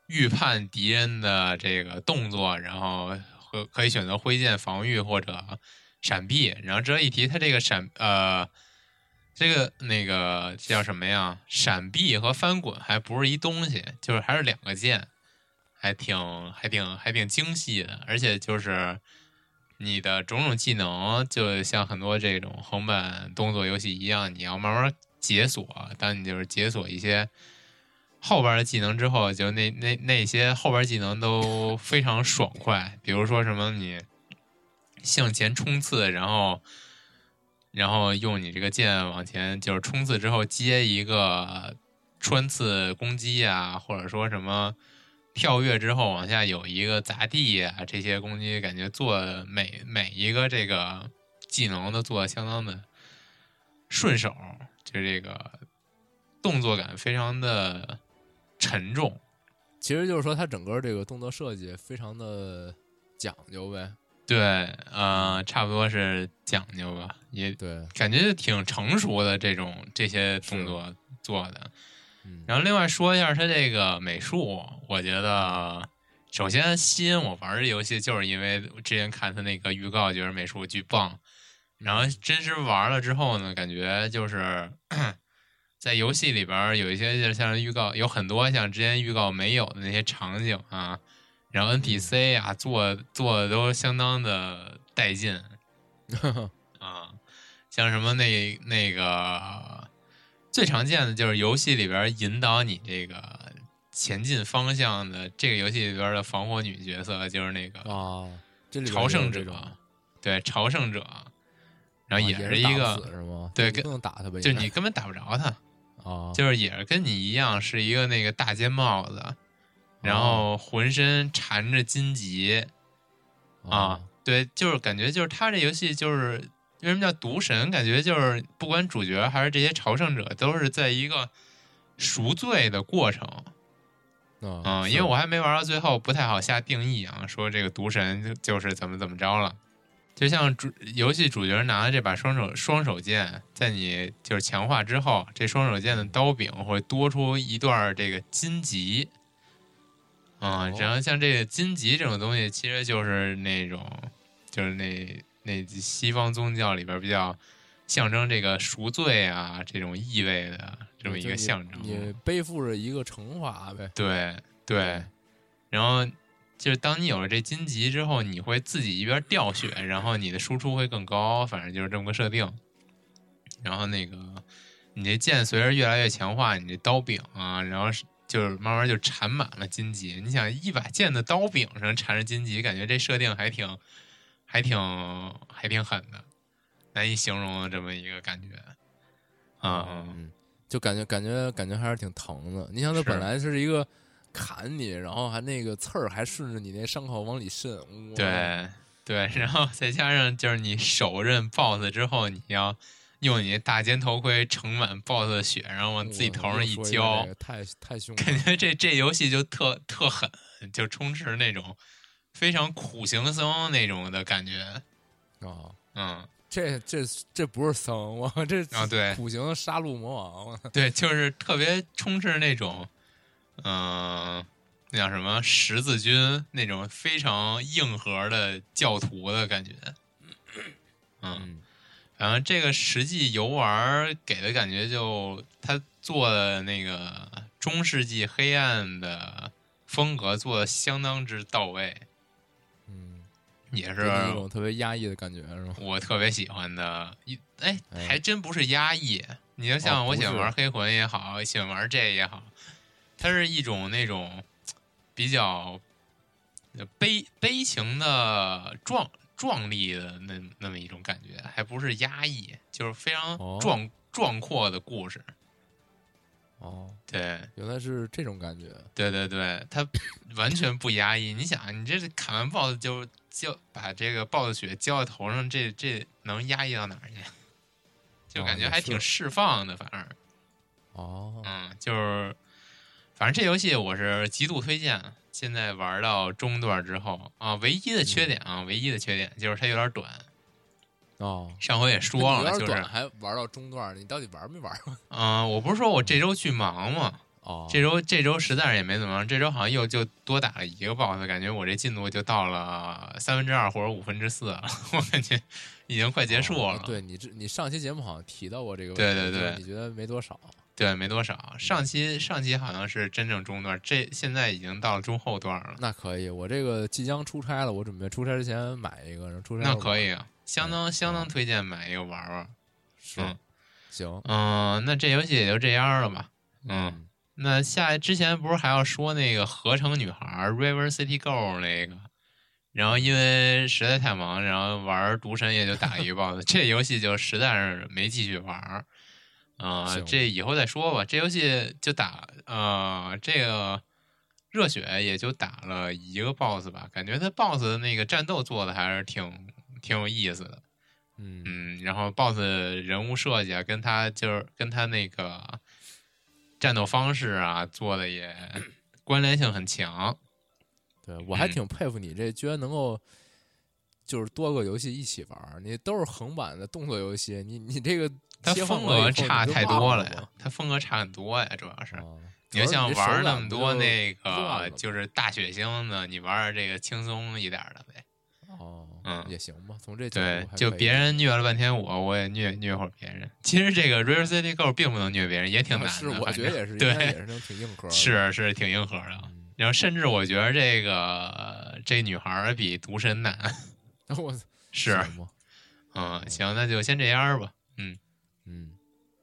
S2: 预判敌人的这个动作，然后和可以选择挥剑防御或者闪避。然后值得一提，它这个闪呃，这个那个叫什么呀？闪避和翻滚还不是一东西，就是还是两个键，还挺还挺还挺精细的，而且就是。你的种种技能，就像很多这种横版动作游戏一样，你要慢慢解锁。当你就是解锁一些后边的技能之后，就那那那些后边技能都非常爽快。比如说什么你向前冲刺，然后然后用你这个剑往前，就是冲刺之后接一个穿刺攻击啊，或者说什么跳跃之后往下有一个砸地啊，这些攻击感觉做得每每一个这个技能都做的相当的顺手，就这个动作感非常的沉重。
S1: 其实就是说它整个这个动作设计非常的讲究呗，
S2: 对，呃，差不多是讲究吧，也
S1: 对，
S2: 感觉挺成熟的这种这些动作做的。
S1: 嗯
S2: 然后另外说一下它这个美术，我觉得首先吸引我玩这游戏，就是因为之前看它那个预告，觉得美术巨棒。然后真实玩了之后呢，感觉就是 <coughs> 在游戏里边儿有一些就是像预告，有很多像之前预告没有的那些场景啊，
S1: 嗯
S2: 然后 NPC 啊做做的都相当的
S1: <laughs>
S2: 带劲，啊，像什么那那个最常见的就是游戏里边儿引导你这个前进方向的，这个游戏里边儿的防火女角色就是那个、
S1: 啊，这里边
S2: 朝圣
S1: 也有这
S2: 者
S1: 种，
S2: 对朝圣者，然后
S1: 啊
S2: 也
S1: 也
S2: 是
S1: 打
S2: 一
S1: 不
S2: 个，
S1: 死是吗？
S2: 对
S1: 你
S2: 跟
S1: 不能打他吧？
S2: 就是
S1: 应该
S2: 你根本打不着他，
S1: 啊，
S2: 就是也是跟你一样是一个那个大尖帽
S1: 哦
S2: 子，然后浑身缠着荆棘，
S1: 哦
S2: 啊，对，就是感觉就是他这游戏就是为什么叫毒神，感觉就是不管主角还是这些朝圣者，都是在一个赎罪的过程。
S1: 啊
S2: 嗯，因为我还没玩到最后，不太好下定义啊，说这个毒神就就是怎么怎么着了。就像主游戏主角拿的这把双手双手剑，在你就是强化之后，这双手剑的刀柄会多出一段儿这个荆棘。嗯
S1: 哦，
S2: 然后像这个荆棘这种东西，其实就是那种就是那那西方宗教里边比较象征这个赎罪啊这种意味的这么一个象征。
S1: 你背负着一个惩罚呗。
S2: 对对，然后就是当你有了这荆棘之后，你会自己一边掉 <laughs> 血，然后你的输出会更高，反正就是这么个设定。然后那个你这剑随着越来越强化，你这刀柄啊，然后是就是慢慢就缠满了荆棘。你想一把剑的刀柄上缠着荆棘，感觉这设定还挺还挺还挺狠的，难以形容的这么一个感觉。啊、
S1: 嗯，就感觉感觉感觉还是挺疼的。你想，它本
S2: 是
S1: 来是一个砍你，然后还那个刺儿还顺着你那伤口往里渗。哇，
S2: 对对，然后再加上就是你手刃 BOSS 之后，你要用你的大尖头盔盛满 BOSS 的血，然后往自己头上一
S1: 一
S2: 浇，，
S1: 太太凶了。
S2: 感觉这这游戏就特特狠，就充斥那种非常苦行僧那种的感觉。
S1: 啊，
S2: 嗯，
S1: 这这这不是僧，我这
S2: 啊
S1: <laughs>
S2: 对
S1: 苦行杀戮魔王，我
S2: 对，就是特别充斥那种，嗯、那叫什么十字军那种非常硬核的教徒的感觉。嗯，
S1: 嗯
S2: 然后这个实际游玩儿给的感觉就，他做的那个中世纪黑暗的风格做的相当之到位，
S1: 嗯，
S2: 也
S1: 给
S2: 是
S1: 你一种特别压抑的感觉，是吗？
S2: 我特别喜欢的。一哎
S1: 哎，
S2: 还真不是压抑，你就像
S1: 哦
S2: 我
S1: 不
S2: 喜欢
S1: 是
S2: 玩黑魂也好，喜欢玩这也好，它是一种那种比较悲悲情的壮壮丽的那那么一种感觉，还不是压抑，就是非常
S1: 哦
S2: 壮、壮阔的故事。
S1: 哦，
S2: 对
S1: <laughs> 原来是这种感觉，
S2: 对对对，它完全不压抑。你想，你这是砍完 BOSS 就就把这个 BOSS 血浇在头上，这这能压抑到哪儿去？就
S1: 哦
S2: 感觉
S1: 也
S2: 还
S1: 是
S2: 挺释放的，反而。
S1: 哦，
S2: 嗯，就是，反正这游戏我是极度推荐。现在玩到中段之后啊，唯一的
S1: 嗯
S2: 缺点啊，唯一的缺点就是它有点短。
S1: 哦，
S2: 上回也
S1: 那
S2: 说
S1: 你
S2: 了，
S1: 有
S2: 就
S1: 点
S2: 是，
S1: 短
S2: 嗯、
S1: 还玩到中段，你到底玩没 <laughs> 玩？
S2: 我不是说我这周巨忙吗？
S1: 哦，
S2: 这周这周实在是也没怎么忙，这周好像又就多打了一个 BOSS，感觉我这进度就到了三分之二或者五分之四了，我感觉已经快结束
S1: 哦
S2: 了。
S1: 对你这你上期节目好像提到过这个问题，
S2: 对对
S1: 就是
S2: 对
S1: 你觉得没多少？
S2: 对没多少。上期上期好像是真正中段，这现在已经到了中后段了。
S1: 那可以，我这个即将出差了，我准备出差之前买一个，然后出差
S2: 那
S1: 了
S2: 可以
S1: 玩，嗯
S2: 啊，相当相当推荐买一个玩玩。
S1: 是
S2: 嗯
S1: 行，
S2: 嗯、那这游戏也就这样了吧。嗯，
S1: 嗯
S2: 那下之前不是还要说那个《合成女孩》（River City Girl） 那个，然后因为实在太忙，然后玩《毒神》也就打了一 boss，这游戏就实在是没继续玩儿。啊、
S1: 行
S2: 这以后再说吧。这游戏就打呃，这个热血也就打了一个 boss 吧，感觉他 boss 的那个战斗做的还是挺挺有意思的。
S1: 嗯
S2: 嗯，然后 BOSS 人物设计啊，跟他就是跟他那个战斗方式啊，做的
S1: <clears throat>
S2: 也关联性很强。
S1: 对我还
S2: 嗯
S1: 挺佩服你这，居然能够就是多个游戏一起玩儿，你都是横版的动作游戏，你你这个
S2: 他
S1: 切换
S2: 风
S1: 过来以
S2: 格
S1: 后
S2: 差
S1: 你就
S2: 太
S1: 忘
S2: 多
S1: 了
S2: 了呀
S1: 吗，
S2: 他风格差很多呀，主要是。
S1: 啊
S2: 你就像玩那么多那
S1: 乱
S2: 个
S1: 了
S2: 就是大血腥的，你玩玩这个轻松一点的呗。
S1: 哦，
S2: 嗯
S1: 也行吧，从这角度
S2: 对
S1: 还，
S2: 就
S1: 可以
S2: 别人虐了半天我，我也虐虐会儿别人。其实这个 Real City Go 并不能虐别人，也挺难的。
S1: 啊是我
S2: 反
S1: 觉得
S2: 正 <laughs>
S1: 也是，应该也
S2: 对，
S1: 是那种挺硬核的，
S2: 是啊是挺硬核的。啊
S1: 嗯，
S2: 然后甚至我觉得这个这女孩儿比毒神难， <laughs>
S1: 那我 <laughs>
S2: 是，
S1: 行吧
S2: 嗯，行，那就先这样吧，
S1: 嗯，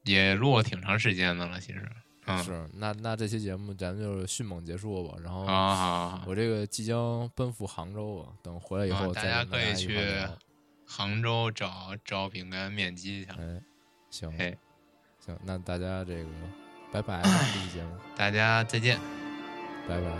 S2: 也录了挺长时间的了，其实，嗯，
S1: 是，那那这期节目咱们就是迅猛结束吧，然后
S2: 好啊好好好，
S1: 我这个即将奔赴杭州啊，等回来以后
S2: 啊
S1: 再
S2: 大家
S1: 跟大
S2: 可以
S1: 家一块
S2: 去
S1: 聊
S2: 杭州找找饼干面基去了，
S1: 哎，行
S2: 嘿，
S1: 行，那大家这个拜拜吧，这期节目
S2: 大家再见。
S1: 拜拜。